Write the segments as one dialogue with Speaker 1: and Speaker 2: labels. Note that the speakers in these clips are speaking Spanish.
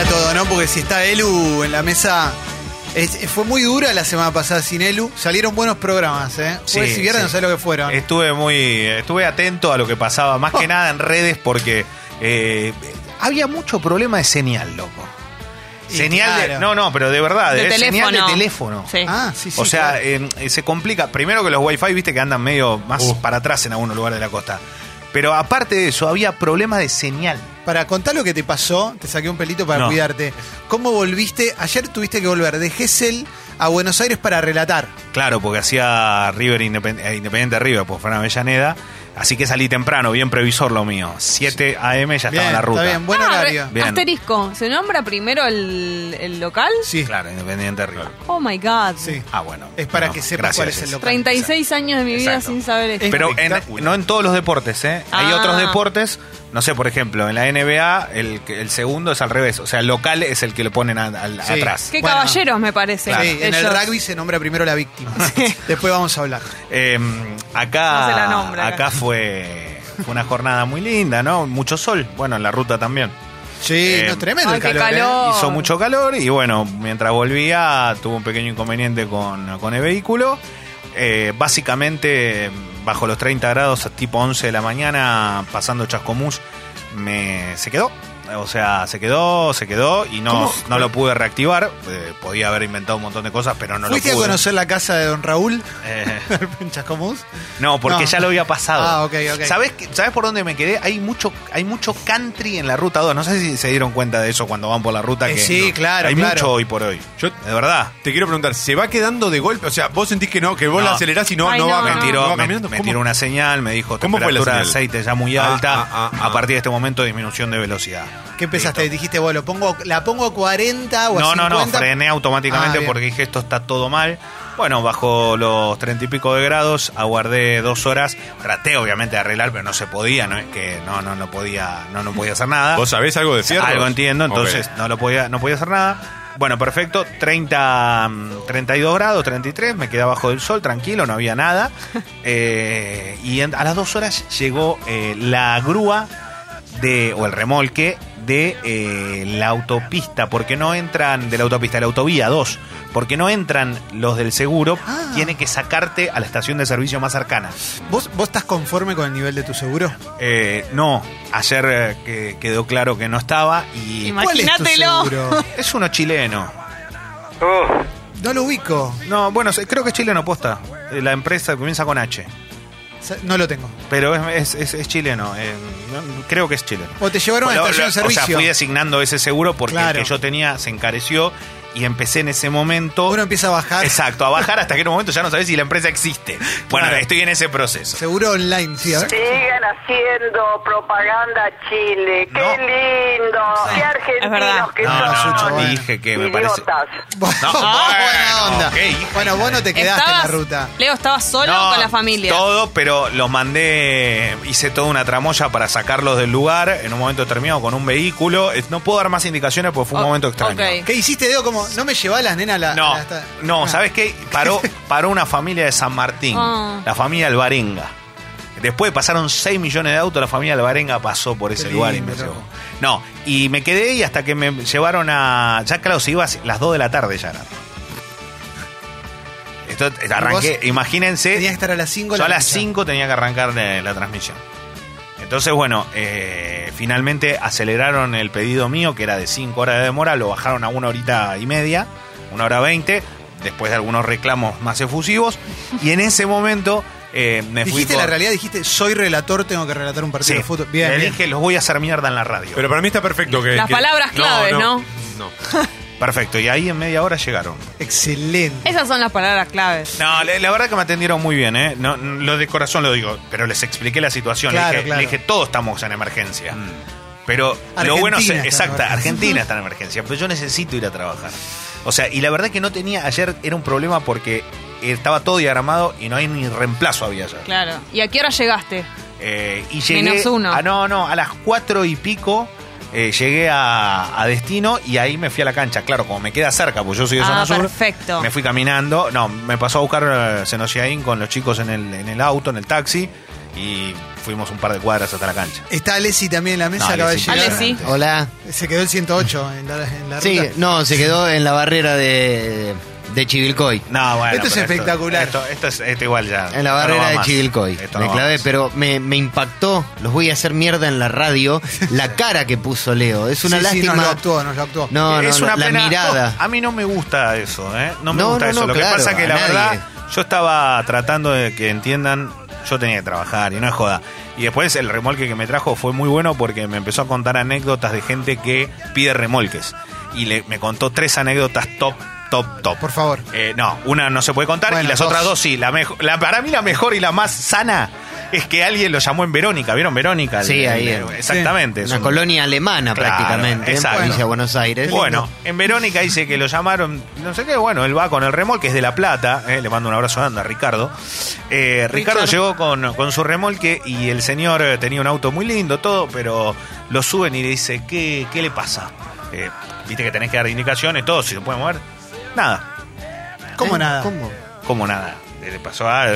Speaker 1: a todo, ¿no? Porque si está Elu en la mesa. es- fue muy dura la semana pasada sin Elu. Salieron buenos programas, ¿eh?
Speaker 2: Sí,
Speaker 1: Jueves y viernes
Speaker 2: sí. Eh,
Speaker 1: no sé lo que fueron. Ah.
Speaker 2: Estuve muy. Estuve atento a lo que pasaba, más que nada en redes, porque eh, había mucho problema de señal, loco.
Speaker 1: Y
Speaker 2: Señal de.
Speaker 1: claro.
Speaker 2: No, no, pero de verdad,
Speaker 3: De
Speaker 2: eh,
Speaker 3: teléfono.
Speaker 2: señal de teléfono.
Speaker 3: Sí.
Speaker 1: Ah, sí, sí.
Speaker 2: eh. o sea,
Speaker 1: claro.
Speaker 2: eh, se complica. Primero que los wifi, viste, que andan medio más
Speaker 4: Uh.
Speaker 2: para atrás en algunos lugares de la costa. Pero aparte de eso, había problemas de señal.
Speaker 1: para contar lo que te pasó, te saqué un pelito para
Speaker 2: eh, No.
Speaker 1: cuidarte. ¿Cómo volviste? Ayer tuviste que volver de Gessel a Buenos Aires para relatar.
Speaker 2: Claro, porque hacía River Independ- eh, Independiente River, por Fran Avellaneda. Así que salí temprano, bien previsor lo mío. 7 a.m. ya estaba en la ruta.
Speaker 1: Está bien, buen
Speaker 3: Ah,
Speaker 1: horario.
Speaker 3: re-
Speaker 2: Bien.
Speaker 3: Asterisco, ¿se nombra primero el, el local?
Speaker 1: Sí,
Speaker 2: Claro, Independiente River.
Speaker 3: Oh my god.
Speaker 1: sí.
Speaker 2: Ah, bueno.
Speaker 1: Es para
Speaker 2: No,
Speaker 1: que sepas
Speaker 2: gracias,
Speaker 1: cuál es el
Speaker 2: Jessy.
Speaker 1: local.
Speaker 3: 36 años de mi vida
Speaker 2: Exacto.
Speaker 3: sin saber esto.
Speaker 1: Es-
Speaker 2: Pero en-
Speaker 1: Espectáculo.
Speaker 2: no en todos los deportes, ¿eh? Hay
Speaker 3: Ah.
Speaker 2: otros deportes, no sé, por ejemplo, en la NBA el, que- el segundo es al revés, o sea, el local es el que le ponen a- al-
Speaker 1: Sí.
Speaker 2: atrás.
Speaker 3: Qué
Speaker 1: Bueno.
Speaker 3: caballeros me parece.
Speaker 1: Sí, en el
Speaker 3: ellos.
Speaker 1: rugby se nombra primero la víctima. Después vamos a hablar.
Speaker 2: Eh,
Speaker 3: No se la
Speaker 2: acá
Speaker 3: nombra acá.
Speaker 2: acá fue, fue una jornada muy linda, ¿no? Mucho sol, bueno, en la ruta también.
Speaker 1: Sí,
Speaker 2: Eh,
Speaker 1: no, tremendo
Speaker 3: ay,
Speaker 1: el
Speaker 3: qué
Speaker 1: calor. ¿eh?
Speaker 3: calor.
Speaker 2: Hizo mucho calor y bueno, mientras volvía tuve un pequeño inconveniente con, con el vehículo. Eh, básicamente, bajo los 30 grados, tipo 11 de la mañana, pasando Chascomús, me, se quedó. O sea, se quedó, se quedó y no,
Speaker 1: ¿Cómo?
Speaker 2: no lo pude reactivar. Eh, podía haber inventado un montón de cosas, pero no lo
Speaker 1: ¿Fuiste
Speaker 2: pude.
Speaker 1: a conocer la casa de don Raúl
Speaker 2: Eh,
Speaker 1: en Chascomús?
Speaker 2: no, porque
Speaker 1: No.
Speaker 2: ya lo había pasado.
Speaker 1: Ah, ok, ok.
Speaker 2: ¿Sabés, qué- ¿Sabés por dónde me quedé? Hay mucho, hay mucho country en la ruta 2. No sé si se dieron cuenta de eso cuando van por la ruta.
Speaker 1: Eh,
Speaker 2: que
Speaker 1: sí,
Speaker 2: no.
Speaker 1: claro,
Speaker 2: Hay
Speaker 1: claro.
Speaker 2: mucho hoy por hoy.
Speaker 4: Yo-
Speaker 2: de verdad.
Speaker 4: Te quiero preguntar, ¿se va quedando de golpe? O sea, vos sentís que no, que vos
Speaker 2: No.
Speaker 4: la acelerás y no,
Speaker 3: Ay,
Speaker 4: no,
Speaker 3: no.
Speaker 4: va
Speaker 2: me
Speaker 3: Ah,
Speaker 2: tiró,
Speaker 4: no va
Speaker 2: me-
Speaker 4: caminando.
Speaker 2: me
Speaker 4: ¿Cómo?
Speaker 2: tiró una señal, me dijo
Speaker 4: ¿Cómo fue la
Speaker 2: temperatura de
Speaker 4: señal?
Speaker 2: aceite ya muy
Speaker 4: Ah,
Speaker 2: alta.
Speaker 4: ah, ah,
Speaker 2: A
Speaker 4: ah.
Speaker 2: partir de este momento disminución de velocidad.
Speaker 1: ¿Qué empezaste?
Speaker 2: Listo.
Speaker 1: Dijiste, bueno, lo pongo, la pongo a 40 o
Speaker 2: No,
Speaker 1: a
Speaker 2: no,
Speaker 1: 50.
Speaker 2: no, frené
Speaker 1: Ah,
Speaker 2: automáticamente
Speaker 1: bien.
Speaker 2: porque dije esto está todo mal. Bueno, bajo los treinta y pico de grados, aguardé dos horas, traté obviamente de arreglar, pero no se podía, no es que no, no, no podía, no, no podía hacer nada.
Speaker 4: ¿Vos sabés algo de fierro?
Speaker 2: Algo entiendo, entonces no lo podía, no podía hacer nada. Bueno, perfecto, 30, mm, 32 grados, 33, me quedé abajo del sol, tranquilo, no había nada. Eh, y en- a las dos horas llegó eh, la grúa de, o el remolque de eh, la autopista, porque no entran de la autopista, de la autovía 2, porque no entran los del seguro,
Speaker 1: Ah.
Speaker 2: tiene que sacarte a la estación de servicio más cercana.
Speaker 1: ¿Vos, ¿Vos estás conforme con el nivel de tu seguro?
Speaker 2: Eh, no, ayer eh, que- quedó claro que no estaba y
Speaker 3: Imagínatelo.
Speaker 1: ¿Cuál es tu seguro?
Speaker 2: Es uno chileno.
Speaker 1: No lo ubico.
Speaker 2: No, bueno, se- creo que es chileno, posta. Eh, La empresa comienza con H.
Speaker 1: Sa- No lo tengo.
Speaker 2: Pero es, es- es- es chileno. eh, no- creo que es chileno.
Speaker 1: O te llevaron a
Speaker 2: Lo-
Speaker 1: la estación
Speaker 2: lo-
Speaker 1: de servicio.
Speaker 2: O sea, fui designando ese seguro porque
Speaker 1: Claro.
Speaker 2: el que yo tenía se encareció y empecé en ese momento.
Speaker 1: Uno empieza a bajar.
Speaker 2: Exacto, a bajar hasta que en un momento ya no sabes si la empresa existe. Bueno,
Speaker 1: Claro.
Speaker 2: estoy en ese proceso.
Speaker 1: Seguro online, sí. a ver.
Speaker 5: Sigan haciendo propaganda a Chile.
Speaker 2: No.
Speaker 5: ¡Qué lindo! ¡Qué
Speaker 3: es verdad.
Speaker 5: argentinos que
Speaker 2: No,
Speaker 5: son!
Speaker 2: no,
Speaker 1: Sucho, bueno.
Speaker 2: dije que me parece-
Speaker 5: Idiotas.
Speaker 1: Bueno,
Speaker 2: No,
Speaker 1: buena
Speaker 2: bueno,
Speaker 1: onda.
Speaker 2: ok, hija
Speaker 1: bueno, vos no te quedaste
Speaker 3: Estabas-
Speaker 1: en la ruta.
Speaker 3: Leo, estaba solo
Speaker 2: No,
Speaker 3: con la familia?
Speaker 2: Todo, pero los mandé, hice toda una tramoya para sacarlos del lugar en un momento determinado con un vehículo. Eh, No puedo dar más indicaciones porque fue un
Speaker 3: O-
Speaker 2: momento extraño.
Speaker 3: ok.
Speaker 1: ¿Qué hiciste, Deo? Como, ¿no me llevaba las nenas a la,
Speaker 2: No,
Speaker 1: a la esta-
Speaker 2: no,
Speaker 1: Ah.
Speaker 2: ¿sabes qué? Paró, paró una familia de San Martín,
Speaker 3: Ah.
Speaker 2: la familia Alvarenga. Después pasaron 6 millones de autos, la familia Alvarenga pasó por ese
Speaker 1: Qué
Speaker 2: lugar y
Speaker 1: lindo,
Speaker 2: me llevó.
Speaker 1: loco.
Speaker 2: No, y me quedé ahí hasta que me llevaron a. Ya, claro, se iba a las 2 de la tarde ya. era. Esto eh, arranqué,
Speaker 1: vos
Speaker 2: imagínense.
Speaker 1: Tenías que estar a las 5
Speaker 2: Yo a las 5 tenía que arrancar de la transmisión. Entonces, bueno, eh, finalmente aceleraron el pedido mío, que era de 5 horas de demora, lo bajaron a una horita y media, una hora 20, después de algunos reclamos más efusivos. Y en ese momento eh, me fui.
Speaker 1: Dijiste
Speaker 2: con-
Speaker 1: la realidad, dijiste, soy relator, tengo que relatar un partido
Speaker 2: Sí,
Speaker 1: de fútbol. Bien,
Speaker 2: le
Speaker 1: bien.
Speaker 2: dije, los voy a hacer mierda en la radio.
Speaker 4: Pero para mí está perfecto que...
Speaker 3: Las
Speaker 4: que-
Speaker 3: palabras clave, ¿no?
Speaker 4: No.
Speaker 2: Perfecto, y ahí en media hora llegaron.
Speaker 1: Excelente.
Speaker 3: Esas son las palabras claves.
Speaker 2: No, la, la verdad que me atendieron muy bien, ¿eh? No, n- lo de corazón lo digo, pero les expliqué la situación.
Speaker 1: Claro,
Speaker 2: le, dije,
Speaker 1: claro. Mm.
Speaker 2: le dije, todos estamos en emergencia. Pero
Speaker 1: Argentina
Speaker 2: lo bueno es,
Speaker 1: está en
Speaker 2: exacta,
Speaker 1: emergencia.
Speaker 2: Argentina está en emergencia, pero yo necesito ir a trabajar. O sea, y la verdad que no tenía, ayer era un problema porque estaba todo diagramado y no hay ni reemplazo había ayer.
Speaker 3: Claro. ¿Y a qué hora llegaste?
Speaker 2: Eh, y llegué.
Speaker 3: Menos uno.
Speaker 2: Ah, no, no, a las cuatro y pico eh, llegué a, a destino y ahí me fui a la cancha. Claro, como me queda cerca, pues yo soy de
Speaker 3: Ah,
Speaker 2: zona sur.
Speaker 3: perfecto.
Speaker 2: Me fui caminando. No, me pasó a buscar eh, Senosiaín con los chicos en el, en el auto, en el taxi. y fuimos un par de cuadras hasta la cancha.
Speaker 1: Está Alessi también en la mesa,
Speaker 2: No,
Speaker 1: acaba de
Speaker 2: Alessi.
Speaker 1: llegar.
Speaker 3: Alessi.
Speaker 2: Este,
Speaker 6: Hola.
Speaker 1: Se quedó el 108 en la, en la
Speaker 6: Sí,
Speaker 1: ruta.
Speaker 6: no, se quedó en la barrera de, de Chivilcoy.
Speaker 2: No, bueno,
Speaker 1: Esto es
Speaker 2: pero
Speaker 1: espectacular.
Speaker 2: Esto, esto es esto igual ya.
Speaker 6: En
Speaker 2: esto
Speaker 6: la
Speaker 2: no
Speaker 6: barrera
Speaker 2: va
Speaker 6: de
Speaker 2: más.
Speaker 6: Chivilcoy.
Speaker 2: Esto
Speaker 6: me
Speaker 2: no va
Speaker 6: clavé,
Speaker 2: más.
Speaker 6: pero me, me impactó. Los voy a hacer mierda en la radio. La cara que puso Leo. Es una
Speaker 1: Sí, sí,
Speaker 6: lástima.
Speaker 1: nos lo actuó, nos lo actuó.
Speaker 6: No, no,
Speaker 2: Eh, es
Speaker 6: no,
Speaker 2: una
Speaker 6: la
Speaker 2: pena.
Speaker 6: mirada.
Speaker 2: No, a mí no me gusta eso, ¿eh? No me
Speaker 6: No,
Speaker 2: gusta
Speaker 6: no,
Speaker 2: eso.
Speaker 6: no,
Speaker 2: Lo
Speaker 6: claro,
Speaker 2: que pasa que
Speaker 6: a
Speaker 2: la
Speaker 6: nadie.
Speaker 2: verdad, yo estaba tratando de que entiendan, yo tenía que trabajar y no es joda. Y después el remolque que me trajo fue muy bueno porque me empezó a contar anécdotas de gente que pide remolques. Y le- me contó tres anécdotas top, top, top.
Speaker 1: Por favor.
Speaker 2: Eh, no, una no se puede contar
Speaker 1: Bueno,
Speaker 2: y las
Speaker 1: dos.
Speaker 2: otras dos sí. La mejo- la, para mí la mejor y la más sana es que alguien lo llamó en Verónica. ¿Vieron Verónica? El-
Speaker 6: Sí, ahí
Speaker 2: el-
Speaker 6: en-
Speaker 2: Exactamente. es
Speaker 6: Una
Speaker 2: un-
Speaker 6: colonia alemana
Speaker 2: Claro,
Speaker 6: prácticamente. En
Speaker 2: Ah, exacto.
Speaker 6: provincia de Buenos Aires.
Speaker 2: bueno, en Verónica dice que lo llamaron, no sé qué, bueno, él va con el remolque, es de La Plata, eh, le mando un abrazo a Anda, Ricardo. Eh, Ricardo llegó con, con su remolque y el señor eh, tenía un auto muy lindo, todo, pero lo suben y le dice, ¿qué, qué le pasa? Eh, Viste que tenés que dar indicaciones, todo, si se puede mover. Nada,
Speaker 1: ¿Cómo
Speaker 6: ¿Eh?
Speaker 1: nada?
Speaker 6: ¿Cómo?
Speaker 2: como nada. Eh, Le pasó a...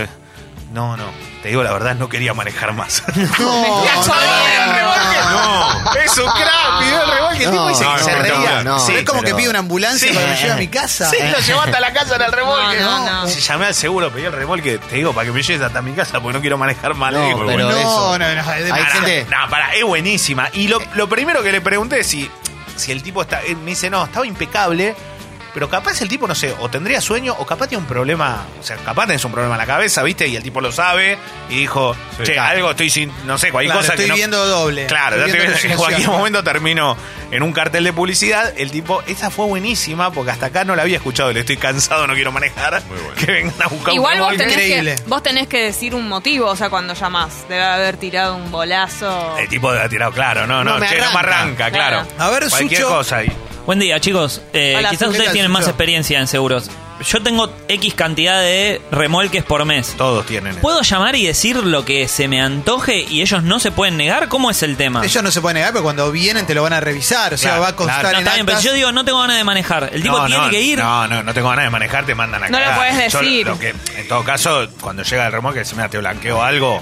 Speaker 2: no, no, te digo la verdad, no quería manejar más.
Speaker 1: No,
Speaker 3: Ya
Speaker 1: no,
Speaker 3: sabía, el remolque.
Speaker 4: No.
Speaker 2: es un crack, pidió el remolque,
Speaker 6: No,
Speaker 2: tipo, y se,
Speaker 4: no,
Speaker 2: se
Speaker 4: no,
Speaker 2: reía.
Speaker 6: no, no.
Speaker 2: Sí,
Speaker 1: es como
Speaker 6: pero-
Speaker 1: que pide una ambulancia
Speaker 2: Sí.
Speaker 1: para que me lleve a mi casa.
Speaker 2: Sí, lo llevó hasta la casa en el remolque.
Speaker 3: No, no, no.
Speaker 2: Si llamé al seguro, pedí el remolque, te digo, para que me lleves hasta mi casa, porque no quiero manejar mal.
Speaker 6: No,
Speaker 2: Digo,
Speaker 6: pero
Speaker 2: bueno.
Speaker 1: no, no,
Speaker 6: eso.
Speaker 1: no, es de
Speaker 6: Hay
Speaker 2: Pará,
Speaker 6: gente.
Speaker 2: No, pará, es buenísima. Y
Speaker 1: Eh.
Speaker 2: lo, lo primero que le pregunté es si, si el tipo está. él me dice, no, estaba impecable. Pero capaz el tipo, no sé, o tendría sueño, o capaz tiene un problema. O sea, capaz tenés un problema en la cabeza, ¿viste? Y el tipo lo sabe y dijo,
Speaker 4: Sí.
Speaker 2: che, algo estoy sin. No sé, cualquier
Speaker 1: Claro,
Speaker 2: cosa
Speaker 1: estoy
Speaker 2: que no-
Speaker 1: viendo doble.
Speaker 2: Claro,
Speaker 1: Estoy
Speaker 2: ya te
Speaker 1: viendo
Speaker 2: ves que en cualquier
Speaker 1: alucinación.
Speaker 2: momento termino en un cartel de publicidad. El tipo, esta fue buenísima porque hasta acá no la había escuchado. Le estoy cansado, no quiero manejar.
Speaker 4: Muy bueno.
Speaker 2: Que vengan a buscar
Speaker 3: Igual
Speaker 2: un
Speaker 3: vos
Speaker 2: remolque.
Speaker 3: tenés,
Speaker 1: Increíble.
Speaker 3: que, vos tenés que decir un motivo, o sea, cuando llamás. Debe haber tirado un bolazo.
Speaker 1: Eh,
Speaker 2: El tipo ha tirado, claro, no, no,
Speaker 6: No me
Speaker 2: che, no me arranca,
Speaker 6: arranca,
Speaker 2: claro.
Speaker 1: claro. A ver,
Speaker 2: Cualquier
Speaker 1: Sucho.
Speaker 2: cosa ahí.
Speaker 7: Buen día, chicos. Eh,
Speaker 3: Hola,
Speaker 7: quizás
Speaker 1: ¿qué
Speaker 7: ustedes
Speaker 1: tal,
Speaker 7: tienen más
Speaker 1: Sucho?
Speaker 7: experiencia en seguros. Yo tengo X cantidad de remolques por mes.
Speaker 2: Todos tienen. eso.
Speaker 7: ¿Puedo llamar y decir lo que se me antoje y ellos no se pueden negar? ¿Cómo es el tema?
Speaker 1: Ellos no se pueden negar, pero cuando vienen te lo van a revisar. O sea,
Speaker 2: Claro,
Speaker 1: va a constar
Speaker 2: claro.
Speaker 1: en
Speaker 7: no, está bien, pero
Speaker 1: actas.
Speaker 7: si yo digo, no tengo ganas de manejar. El tipo
Speaker 2: No,
Speaker 7: tiene
Speaker 2: no,
Speaker 7: que ir.
Speaker 2: No, no, no tengo ganas de manejar, te mandan a
Speaker 3: No lo
Speaker 2: cagar.
Speaker 3: puedes
Speaker 2: Yo
Speaker 3: decir.
Speaker 2: lo que- en todo caso, cuando llega el remolque, se me te blanqueo algo,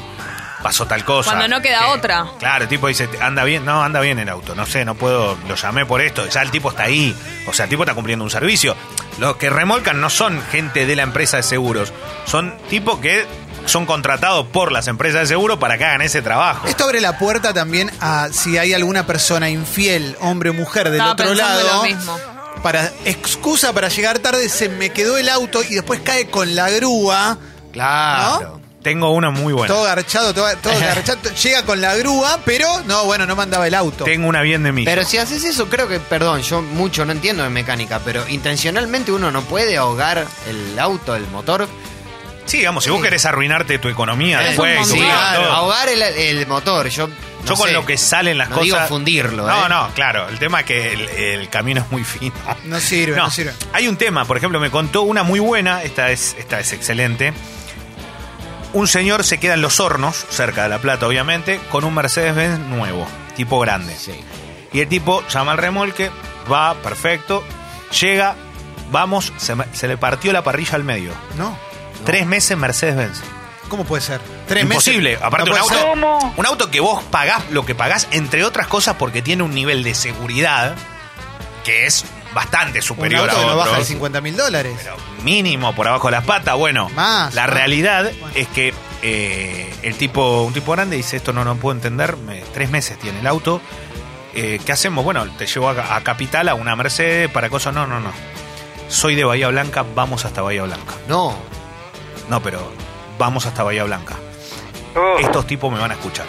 Speaker 2: pasó tal cosa.
Speaker 3: Cuando no queda
Speaker 2: Que-
Speaker 3: otra.
Speaker 2: Claro, el tipo dice, anda bien, no, anda bien el auto, no sé, no puedo, lo llamé por esto, ya el tipo está ahí, o sea, el tipo está cumpliendo un servicio. Los que remolcan no son gente de la empresa de seguros, son tipos que son contratados por las empresas de seguros para que hagan ese trabajo.
Speaker 1: Esto abre la puerta también a si hay alguna persona infiel, hombre o mujer del
Speaker 3: Estaba
Speaker 1: otro
Speaker 3: pensando
Speaker 1: lado.
Speaker 3: lo mismo.
Speaker 1: Para excusa para llegar tarde, se me quedó el auto y después cae con la grúa.
Speaker 6: Claro.
Speaker 2: Tengo una muy buena.
Speaker 1: Todo garchado, todo, todo garchado. Llega con la grúa, pero no, bueno, no mandaba el auto.
Speaker 2: Tengo una bien de mí.
Speaker 6: Pero si haces eso, creo que, perdón, yo mucho no entiendo de mecánica, pero intencionalmente uno no puede ahogar el auto, el motor.
Speaker 2: Sí, digamos, si vos querés arruinarte tu economía
Speaker 3: Es
Speaker 2: después,
Speaker 3: un
Speaker 2: tu
Speaker 6: Sí,
Speaker 3: montón.
Speaker 2: vida,
Speaker 6: claro,
Speaker 2: todo.
Speaker 6: ahogar el, el motor. Yo, no
Speaker 2: Yo con
Speaker 6: sé.
Speaker 2: lo que salen las
Speaker 6: No
Speaker 2: cosas.
Speaker 6: digo fundirlo,
Speaker 2: No,
Speaker 6: ¿eh?
Speaker 2: no, claro. El tema es que el, el camino es muy fino.
Speaker 1: No sirve, no sirve.
Speaker 2: Hay un tema, por ejemplo, me contó una muy buena, esta es, esta es excelente. Un señor se queda en los hornos, cerca de La Plata, obviamente, con un Mercedes-Benz nuevo, tipo grande.
Speaker 6: Sí.
Speaker 2: Y el tipo llama al remolque, va, perfecto, llega, vamos, se, me- se le partió la parrilla al medio.
Speaker 1: No.
Speaker 2: Tres meses Mercedes-Benz.
Speaker 1: ¿Cómo puede ser? Tres meses.
Speaker 2: Imposible. Aparte,
Speaker 1: No puede
Speaker 2: un, auto,
Speaker 1: ser.
Speaker 5: ¿Cómo?
Speaker 2: un auto que vos pagás lo que pagás, entre otras cosas, porque tiene un nivel de seguridad que es bastante
Speaker 1: Un
Speaker 2: superior
Speaker 1: auto que
Speaker 2: a
Speaker 1: no
Speaker 2: otros.
Speaker 1: baja de 50 mil dólares.
Speaker 2: Pero mínimo por abajo de las patas. Bueno,
Speaker 1: Más,
Speaker 2: la
Speaker 1: más.
Speaker 2: realidad
Speaker 1: Bueno.
Speaker 2: es que eh, el tipo, un tipo grande dice, esto no lo puedo entender, me- tres meses tiene el auto. eh, ¿Qué hacemos? Bueno, te llevo a, a Capital, a una Mercedes, para cosas. No, no, no. Soy de Bahía Blanca, vamos hasta Bahía Blanca.
Speaker 6: No,
Speaker 2: No, pero vamos hasta Bahía Blanca.
Speaker 5: Oh.
Speaker 2: Estos tipos me van a escuchar.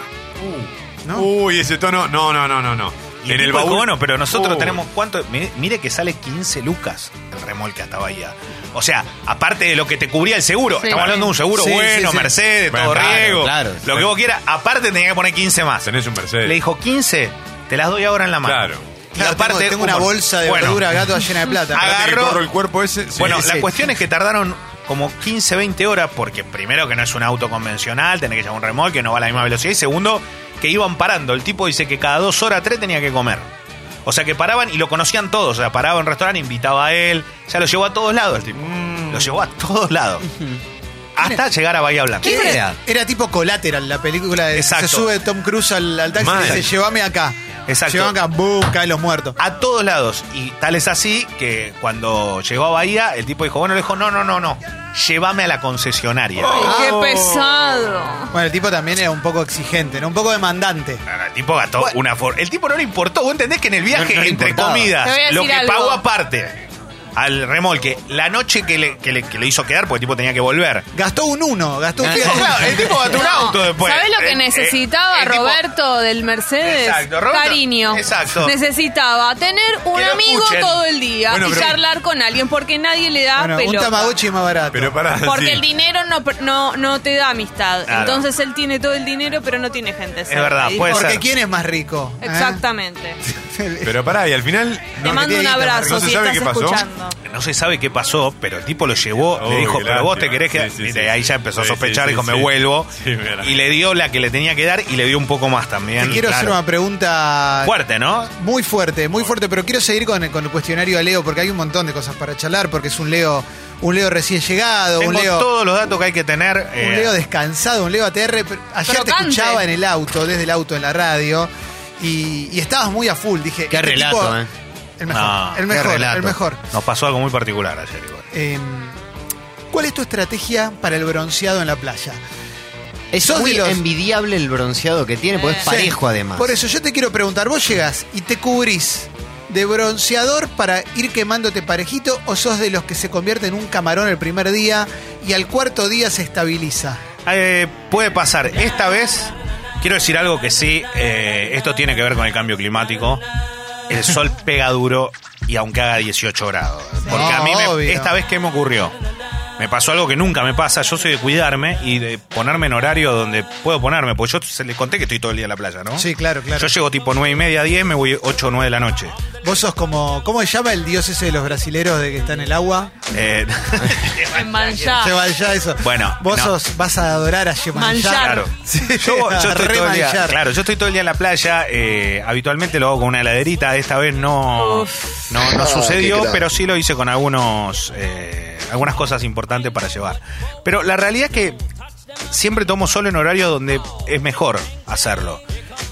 Speaker 1: ¿no?
Speaker 4: Uy, ese tono. No, no, no, no, no.
Speaker 2: Y en el baúl. Bueno, pero nosotros
Speaker 4: Uy.
Speaker 2: tenemos cuánto. Mi- Mire que sale 15 lucas el remolque hasta Bahía. O sea, aparte de lo que te cubría el seguro.
Speaker 3: Sí.
Speaker 2: Estamos hablando de un seguro
Speaker 1: Sí,
Speaker 2: bueno,
Speaker 1: sí, sí.
Speaker 2: Mercedes,
Speaker 4: Bueno,
Speaker 2: todo
Speaker 4: claro,
Speaker 2: riego.
Speaker 6: claro.
Speaker 2: Lo que vos quieras. Aparte tenía que poner 15 más.
Speaker 4: Tenés un Mercedes.
Speaker 2: Le dijo 15, te las doy ahora en la mano.
Speaker 4: Claro.
Speaker 2: Y
Speaker 1: Claro,
Speaker 2: aparte,
Speaker 1: tengo, tengo una
Speaker 2: un-
Speaker 1: bolsa de
Speaker 2: bueno, Ah,
Speaker 1: verdura gato llena de plata.
Speaker 2: Haga-
Speaker 4: Espérate que
Speaker 2: agarro-
Speaker 4: corro el cuerpo ese. Sí,
Speaker 2: bueno,
Speaker 4: sí.
Speaker 2: la cuestión es que tardaron como 15, 20 horas, porque primero que no es un auto convencional, tenés que llevar un remolque, no va a la misma velocidad, y segundo, que iban parando. El tipo dice que cada dos horas, tres tenía que comer. O sea que paraban y lo conocían todos, o sea, paraba en
Speaker 4: Mm.
Speaker 2: un restaurante, invitaba a él, o sea, lo llevó a todos lados el tipo. Lo llevó a todos lados. hasta llegar a Bahía Blanca.
Speaker 1: ¿Qué
Speaker 6: era?
Speaker 1: era? Era tipo colateral la película de
Speaker 2: Exacto.
Speaker 1: se sube Tom Cruise al, al taxi
Speaker 4: Mal.
Speaker 1: y dice llévame acá.
Speaker 2: Exacto.
Speaker 1: Llévame acá, boom, caen los muertos.
Speaker 2: A todos lados. Y tal es así que cuando llegó a Bahía, el tipo dijo, bueno, le dijo, no, no, no, no. Llévame a la concesionaria.
Speaker 3: ¡Qué
Speaker 1: Oh.
Speaker 3: pesado!
Speaker 1: Bueno, el tipo también era un poco exigente, ¿no? Un poco demandante.
Speaker 2: El tipo gastó una for- El tipo no le importó. Vos entendés que en el viaje,
Speaker 6: No, no le
Speaker 2: entre
Speaker 6: importaba.
Speaker 3: Te voy a
Speaker 2: comidas, lo
Speaker 3: decir
Speaker 2: que
Speaker 3: algo.
Speaker 2: pagó aparte al remolque, la noche que le, que le- que le hizo quedar, porque el tipo tenía que volver.
Speaker 1: Gastó un uno, gastó un
Speaker 2: Claro, claro, el tipo gastó un auto después.
Speaker 3: ¿Sabes lo
Speaker 2: Eh,
Speaker 3: que
Speaker 2: eh,
Speaker 3: necesitaba
Speaker 2: el tipo-
Speaker 3: Roberto del Mercedes?
Speaker 2: Exacto, Roberto-
Speaker 3: Cariño.
Speaker 2: Exacto.
Speaker 3: Necesitaba tener un
Speaker 2: Que lo
Speaker 3: amigo
Speaker 2: escuchen.
Speaker 3: todo el día
Speaker 4: Bueno,
Speaker 3: y
Speaker 4: pero-
Speaker 3: charlar con alguien porque nadie le da
Speaker 1: Bueno, un
Speaker 3: pelota.
Speaker 1: Tamagotchi más barato.
Speaker 4: Pero pará.
Speaker 3: Porque
Speaker 4: sí.
Speaker 3: el dinero no, no, no te da amistad.
Speaker 2: Claro.
Speaker 3: Entonces él tiene todo el dinero, pero no tiene gente. cerca.
Speaker 2: verdad, pues.
Speaker 3: Y-
Speaker 2: puede
Speaker 1: Porque
Speaker 2: ser.
Speaker 1: ¿quién es más rico? ¿Eh?
Speaker 3: Exactamente.
Speaker 4: Pero pará, y al final.
Speaker 3: Te mando un
Speaker 1: tiene guita,
Speaker 3: abrazo
Speaker 4: no se
Speaker 3: si
Speaker 4: sabe
Speaker 3: estás
Speaker 4: qué pasó.
Speaker 3: escuchando.
Speaker 2: No se sabe qué pasó, pero el tipo lo llevó,
Speaker 4: Oh,
Speaker 2: le dijo,
Speaker 4: qué
Speaker 2: pero vos te
Speaker 4: lástima".
Speaker 2: querés que
Speaker 4: Sí, sí,
Speaker 2: y
Speaker 4: sí,
Speaker 2: de ahí
Speaker 4: sí.
Speaker 2: ya empezó
Speaker 4: Sí,
Speaker 2: a sospechar,
Speaker 4: sí,
Speaker 2: dijo,
Speaker 4: sí,
Speaker 2: me
Speaker 4: sí.
Speaker 2: vuelvo.
Speaker 4: Sí, mira.
Speaker 2: y le dio la que le tenía que dar y le dio un poco más también.
Speaker 1: Te quiero
Speaker 2: claro.
Speaker 1: hacer una pregunta
Speaker 2: Fuerte, ¿no?
Speaker 1: muy fuerte, muy fuerte, pero quiero seguir con el, con el cuestionario a Leo porque hay un montón de cosas para charlar, porque es un Leo, un Leo recién llegado,
Speaker 2: Tengo
Speaker 1: un Leo.
Speaker 2: todos los datos que hay que tener. eh,
Speaker 1: Un Leo descansado, un Leo ATR. pero Ayer te
Speaker 3: Crocante.
Speaker 1: escuchaba en el auto, desde el auto en la radio, y, y estabas muy a full. Dije,
Speaker 6: Qué
Speaker 1: este
Speaker 6: relato,
Speaker 1: tipo-
Speaker 6: ¿eh?
Speaker 1: El mejor,
Speaker 2: No,
Speaker 1: el
Speaker 6: qué
Speaker 1: mejor,
Speaker 6: relato.
Speaker 1: el mejor.
Speaker 2: Nos pasó algo muy particular ayer. igual.
Speaker 1: Eh, ¿Cuál es tu estrategia para el bronceado en la playa?
Speaker 6: Es
Speaker 1: Sos
Speaker 6: muy
Speaker 1: de los-
Speaker 6: envidiable el bronceado que tiene, porque es
Speaker 3: Sí.
Speaker 6: parejo además.
Speaker 1: Por eso yo te quiero preguntar, vos llegás y te cubrís de bronceador para ir quemándote parejito o sos de los que se convierte en un camarón el primer día y al cuarto día se estabiliza.
Speaker 2: Eh, puede pasar. Esta vez, quiero decir algo que sí, eh, esto tiene que ver con el cambio climático. El sol pega duro y aunque haga 18 grados. Porque a mí, me-
Speaker 1: Obvio.
Speaker 2: esta vez, ¿qué me ocurrió? Me pasó algo que nunca me pasa. Yo soy de cuidarme y de ponerme en horario donde puedo ponerme. Porque yo se le conté que estoy todo el día en la playa, ¿no?
Speaker 1: Sí, claro, claro.
Speaker 2: Yo llego tipo 9 y media, 10, me voy 8 o 9 de la noche.
Speaker 1: Vos sos como, ¿cómo se llama el dios ese de los brasileros de que está en el agua?
Speaker 2: Eh,
Speaker 3: En Manchá.
Speaker 1: Yemanjá, eso.
Speaker 2: Bueno,
Speaker 1: Vos
Speaker 2: no.
Speaker 1: sos- vas a adorar a Yemanjá.
Speaker 3: Manjar.
Speaker 2: Claro.
Speaker 1: Sí,
Speaker 2: Yo, yo
Speaker 1: a
Speaker 2: estoy todo el día,
Speaker 1: remanchar.
Speaker 2: claro, yo estoy todo el día en la playa. eh, habitualmente lo hago con una heladerita. Esta vez no, no, no sucedió, pero sí lo hice con algunos, eh, algunas cosas importantes para llevar. Pero la realidad es que siempre tomo solo en horarios donde es mejor hacerlo.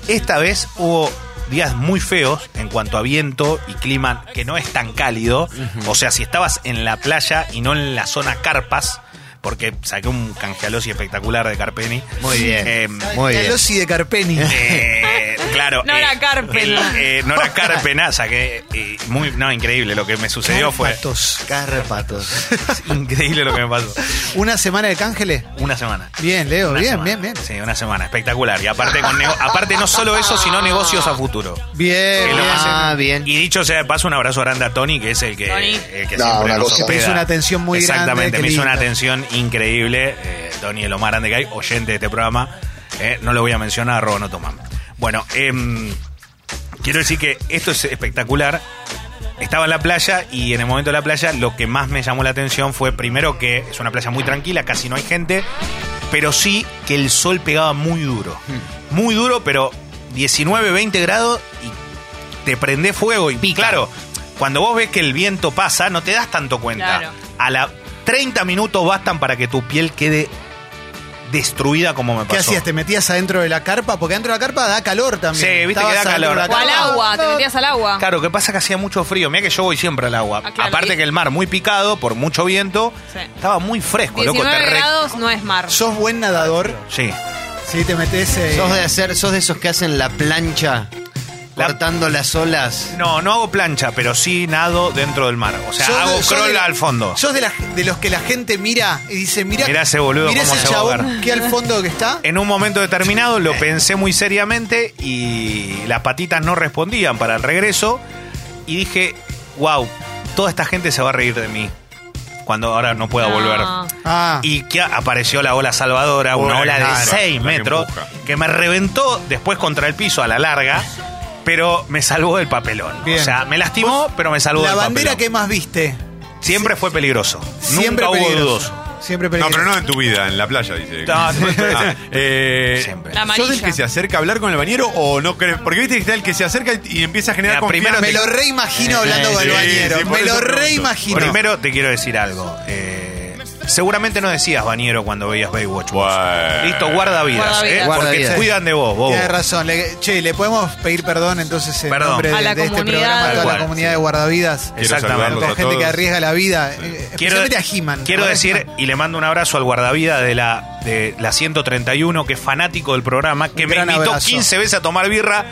Speaker 2: Esta vez hubo días muy feos en cuanto a viento y clima que no es tan cálido. O sea, si estabas en la playa y no en la zona carpas, porque saqué un cangealosi espectacular de Carpeni.
Speaker 6: Muy bien.
Speaker 2: Eh,
Speaker 6: Muy bien.
Speaker 1: Calossi de Carpeni.
Speaker 2: eh, claro.
Speaker 3: No era
Speaker 2: eh,
Speaker 3: Carpena.
Speaker 2: el, eh, no era Carpena, saqué. eh, muy, no, increíble lo que me sucedió fue.
Speaker 1: Patos.
Speaker 6: Carpatos.
Speaker 2: Increíble lo que me pasó.
Speaker 1: Una semana de cángeles.
Speaker 2: Una semana.
Speaker 1: Bien, Leo,
Speaker 2: Una
Speaker 1: bien,
Speaker 2: semana.
Speaker 1: bien, bien.
Speaker 2: Sí, una semana, espectacular. Y aparte, con nego- aparte no solo eso, sino negocios a futuro.
Speaker 1: Bien,
Speaker 2: Que lo
Speaker 1: bien.
Speaker 2: más-
Speaker 6: Ah, bien.
Speaker 2: Y dicho sea de paso, un abrazo grande a Tony, que es el que,
Speaker 3: Tony.
Speaker 2: el que
Speaker 8: No,
Speaker 2: siempre
Speaker 8: una
Speaker 2: nos
Speaker 8: cosa.
Speaker 2: hospeda.
Speaker 1: Me hizo una atención muy grande,
Speaker 2: Exactamente,
Speaker 1: qué
Speaker 2: me hizo una
Speaker 1: lindo.
Speaker 2: atención increíble. eh, Tony, el más grande que hay, oyente de este programa. Eh, no lo voy a mencionar, arroba no toman. Bueno, em, quiero decir que esto es espectacular. Estaba en la playa y en el momento de la playa lo que más me llamó la atención fue primero que es una playa muy tranquila, casi no hay gente, pero sí que el sol pegaba muy duro.
Speaker 1: Hmm.
Speaker 2: Muy duro, pero 19, 20 grados y te prende fuego. Y claro, cuando vos ves que el viento pasa, no te das tanto cuenta.
Speaker 3: Claro.
Speaker 2: A la 30 minutos bastan para que tu piel quede destruida como me pasó.
Speaker 1: ¿Qué hacías? ¿Te metías adentro de la carpa? Porque adentro de la carpa da calor también.
Speaker 2: Sí, viste que
Speaker 1: Estabas
Speaker 2: da
Speaker 1: adentro de
Speaker 2: calor.
Speaker 1: la
Speaker 3: O al
Speaker 1: carpa.
Speaker 3: agua, te metías al agua.
Speaker 2: Claro, que pasa que hacía mucho frío. Mira que yo voy siempre al agua.
Speaker 3: Ah, claro.
Speaker 2: Aparte
Speaker 3: Y-
Speaker 2: que el mar muy picado por mucho viento,
Speaker 3: Sí.
Speaker 2: estaba muy fresco, loco.
Speaker 3: 19
Speaker 2: te re-
Speaker 3: grados no es mar.
Speaker 1: ¿Sos buen nadador?
Speaker 2: Sí.
Speaker 1: Sí, te metes. eh,
Speaker 6: ¿Sos de, hacer, ¿Sos de esos que hacen la plancha
Speaker 2: La-
Speaker 6: cortando las olas?
Speaker 2: No, no hago plancha, pero sí nado dentro del mar. O sea,
Speaker 1: sos de-
Speaker 2: hago
Speaker 1: sos de
Speaker 2: crawl
Speaker 1: la-
Speaker 2: al fondo.
Speaker 1: ¿Sos de, la- de los que la gente mira y dice, mira,
Speaker 2: Mirá ese boludo cómo
Speaker 1: ese
Speaker 2: se va a
Speaker 1: chabón
Speaker 2: ahogar"?
Speaker 1: que al fondo que está?
Speaker 2: En un momento determinado lo pensé muy seriamente y las patitas no respondían para el regreso. Y dije, wow, toda esta gente se va a reír de mí cuando ahora no pueda
Speaker 3: No.
Speaker 2: volver.
Speaker 1: Ah,
Speaker 2: Y que apareció la ola salvadora, una
Speaker 4: Bueno,
Speaker 2: ola de
Speaker 4: claro,
Speaker 2: 6
Speaker 4: la que
Speaker 2: metros,
Speaker 4: empuja.
Speaker 2: que, me reventó después contra el piso a la larga, pero me salvó del papelón.
Speaker 1: Bien.
Speaker 2: O sea, me lastimó, pero me salvó
Speaker 1: la
Speaker 2: del
Speaker 1: bandera que
Speaker 2: papelón.
Speaker 1: más viste.
Speaker 2: Siempre fue peligroso.
Speaker 1: Siempre
Speaker 2: Nunca hubo
Speaker 1: peligroso.
Speaker 2: dudoso.
Speaker 1: Siempre
Speaker 4: No,
Speaker 1: peligroso.
Speaker 4: pero no en tu vida, en la playa, dice.
Speaker 2: No, no, no.
Speaker 4: Ah, eh,
Speaker 2: Siempre.
Speaker 3: La
Speaker 4: ¿Sos el
Speaker 3: amarilla.
Speaker 4: que se acerca a hablar con el bañero o no crees? Porque viste que está el que se acerca y empieza a generar
Speaker 2: Mira, primero
Speaker 4: confianza.
Speaker 1: Me lo reimagino hablando con el
Speaker 4: Sí,
Speaker 1: bañero.
Speaker 4: sí, por
Speaker 1: me
Speaker 4: eso
Speaker 1: lo
Speaker 4: pregunto.
Speaker 1: reimagino.
Speaker 2: Primero te quiero decir algo. Eh, Seguramente no decías bañero cuando veías Baywatch. vos.
Speaker 4: Bueno.
Speaker 2: Listo, guarda vidas.
Speaker 3: Guardavidas.
Speaker 2: ¿eh? Porque
Speaker 6: Guardavidas.
Speaker 2: te cuidan de vos, bobo.
Speaker 1: Tienes razón. Le- che, ¿le podemos pedir perdón entonces en
Speaker 2: Perdón.
Speaker 1: nombre
Speaker 3: A
Speaker 1: de,
Speaker 3: la
Speaker 1: de este
Speaker 3: comunidad.
Speaker 1: programa a toda
Speaker 2: Tal
Speaker 1: la
Speaker 2: cual,
Speaker 1: comunidad de guardavidas?
Speaker 4: Quiero
Speaker 2: Exactamente.
Speaker 1: La
Speaker 4: saludarlos a
Speaker 1: gente que
Speaker 4: todos.
Speaker 1: arriesga la vida, eh,
Speaker 2: Quiero,
Speaker 1: especialmente a He-Man.
Speaker 2: quiero
Speaker 1: Ahora
Speaker 2: decir,
Speaker 1: He-Man.
Speaker 2: y le mando un abrazo al guardavida de la, de la 131, que es fanático del programa, que
Speaker 1: Un
Speaker 2: me
Speaker 1: gran
Speaker 2: invitó
Speaker 1: abrazo.
Speaker 2: 15 veces a tomar birra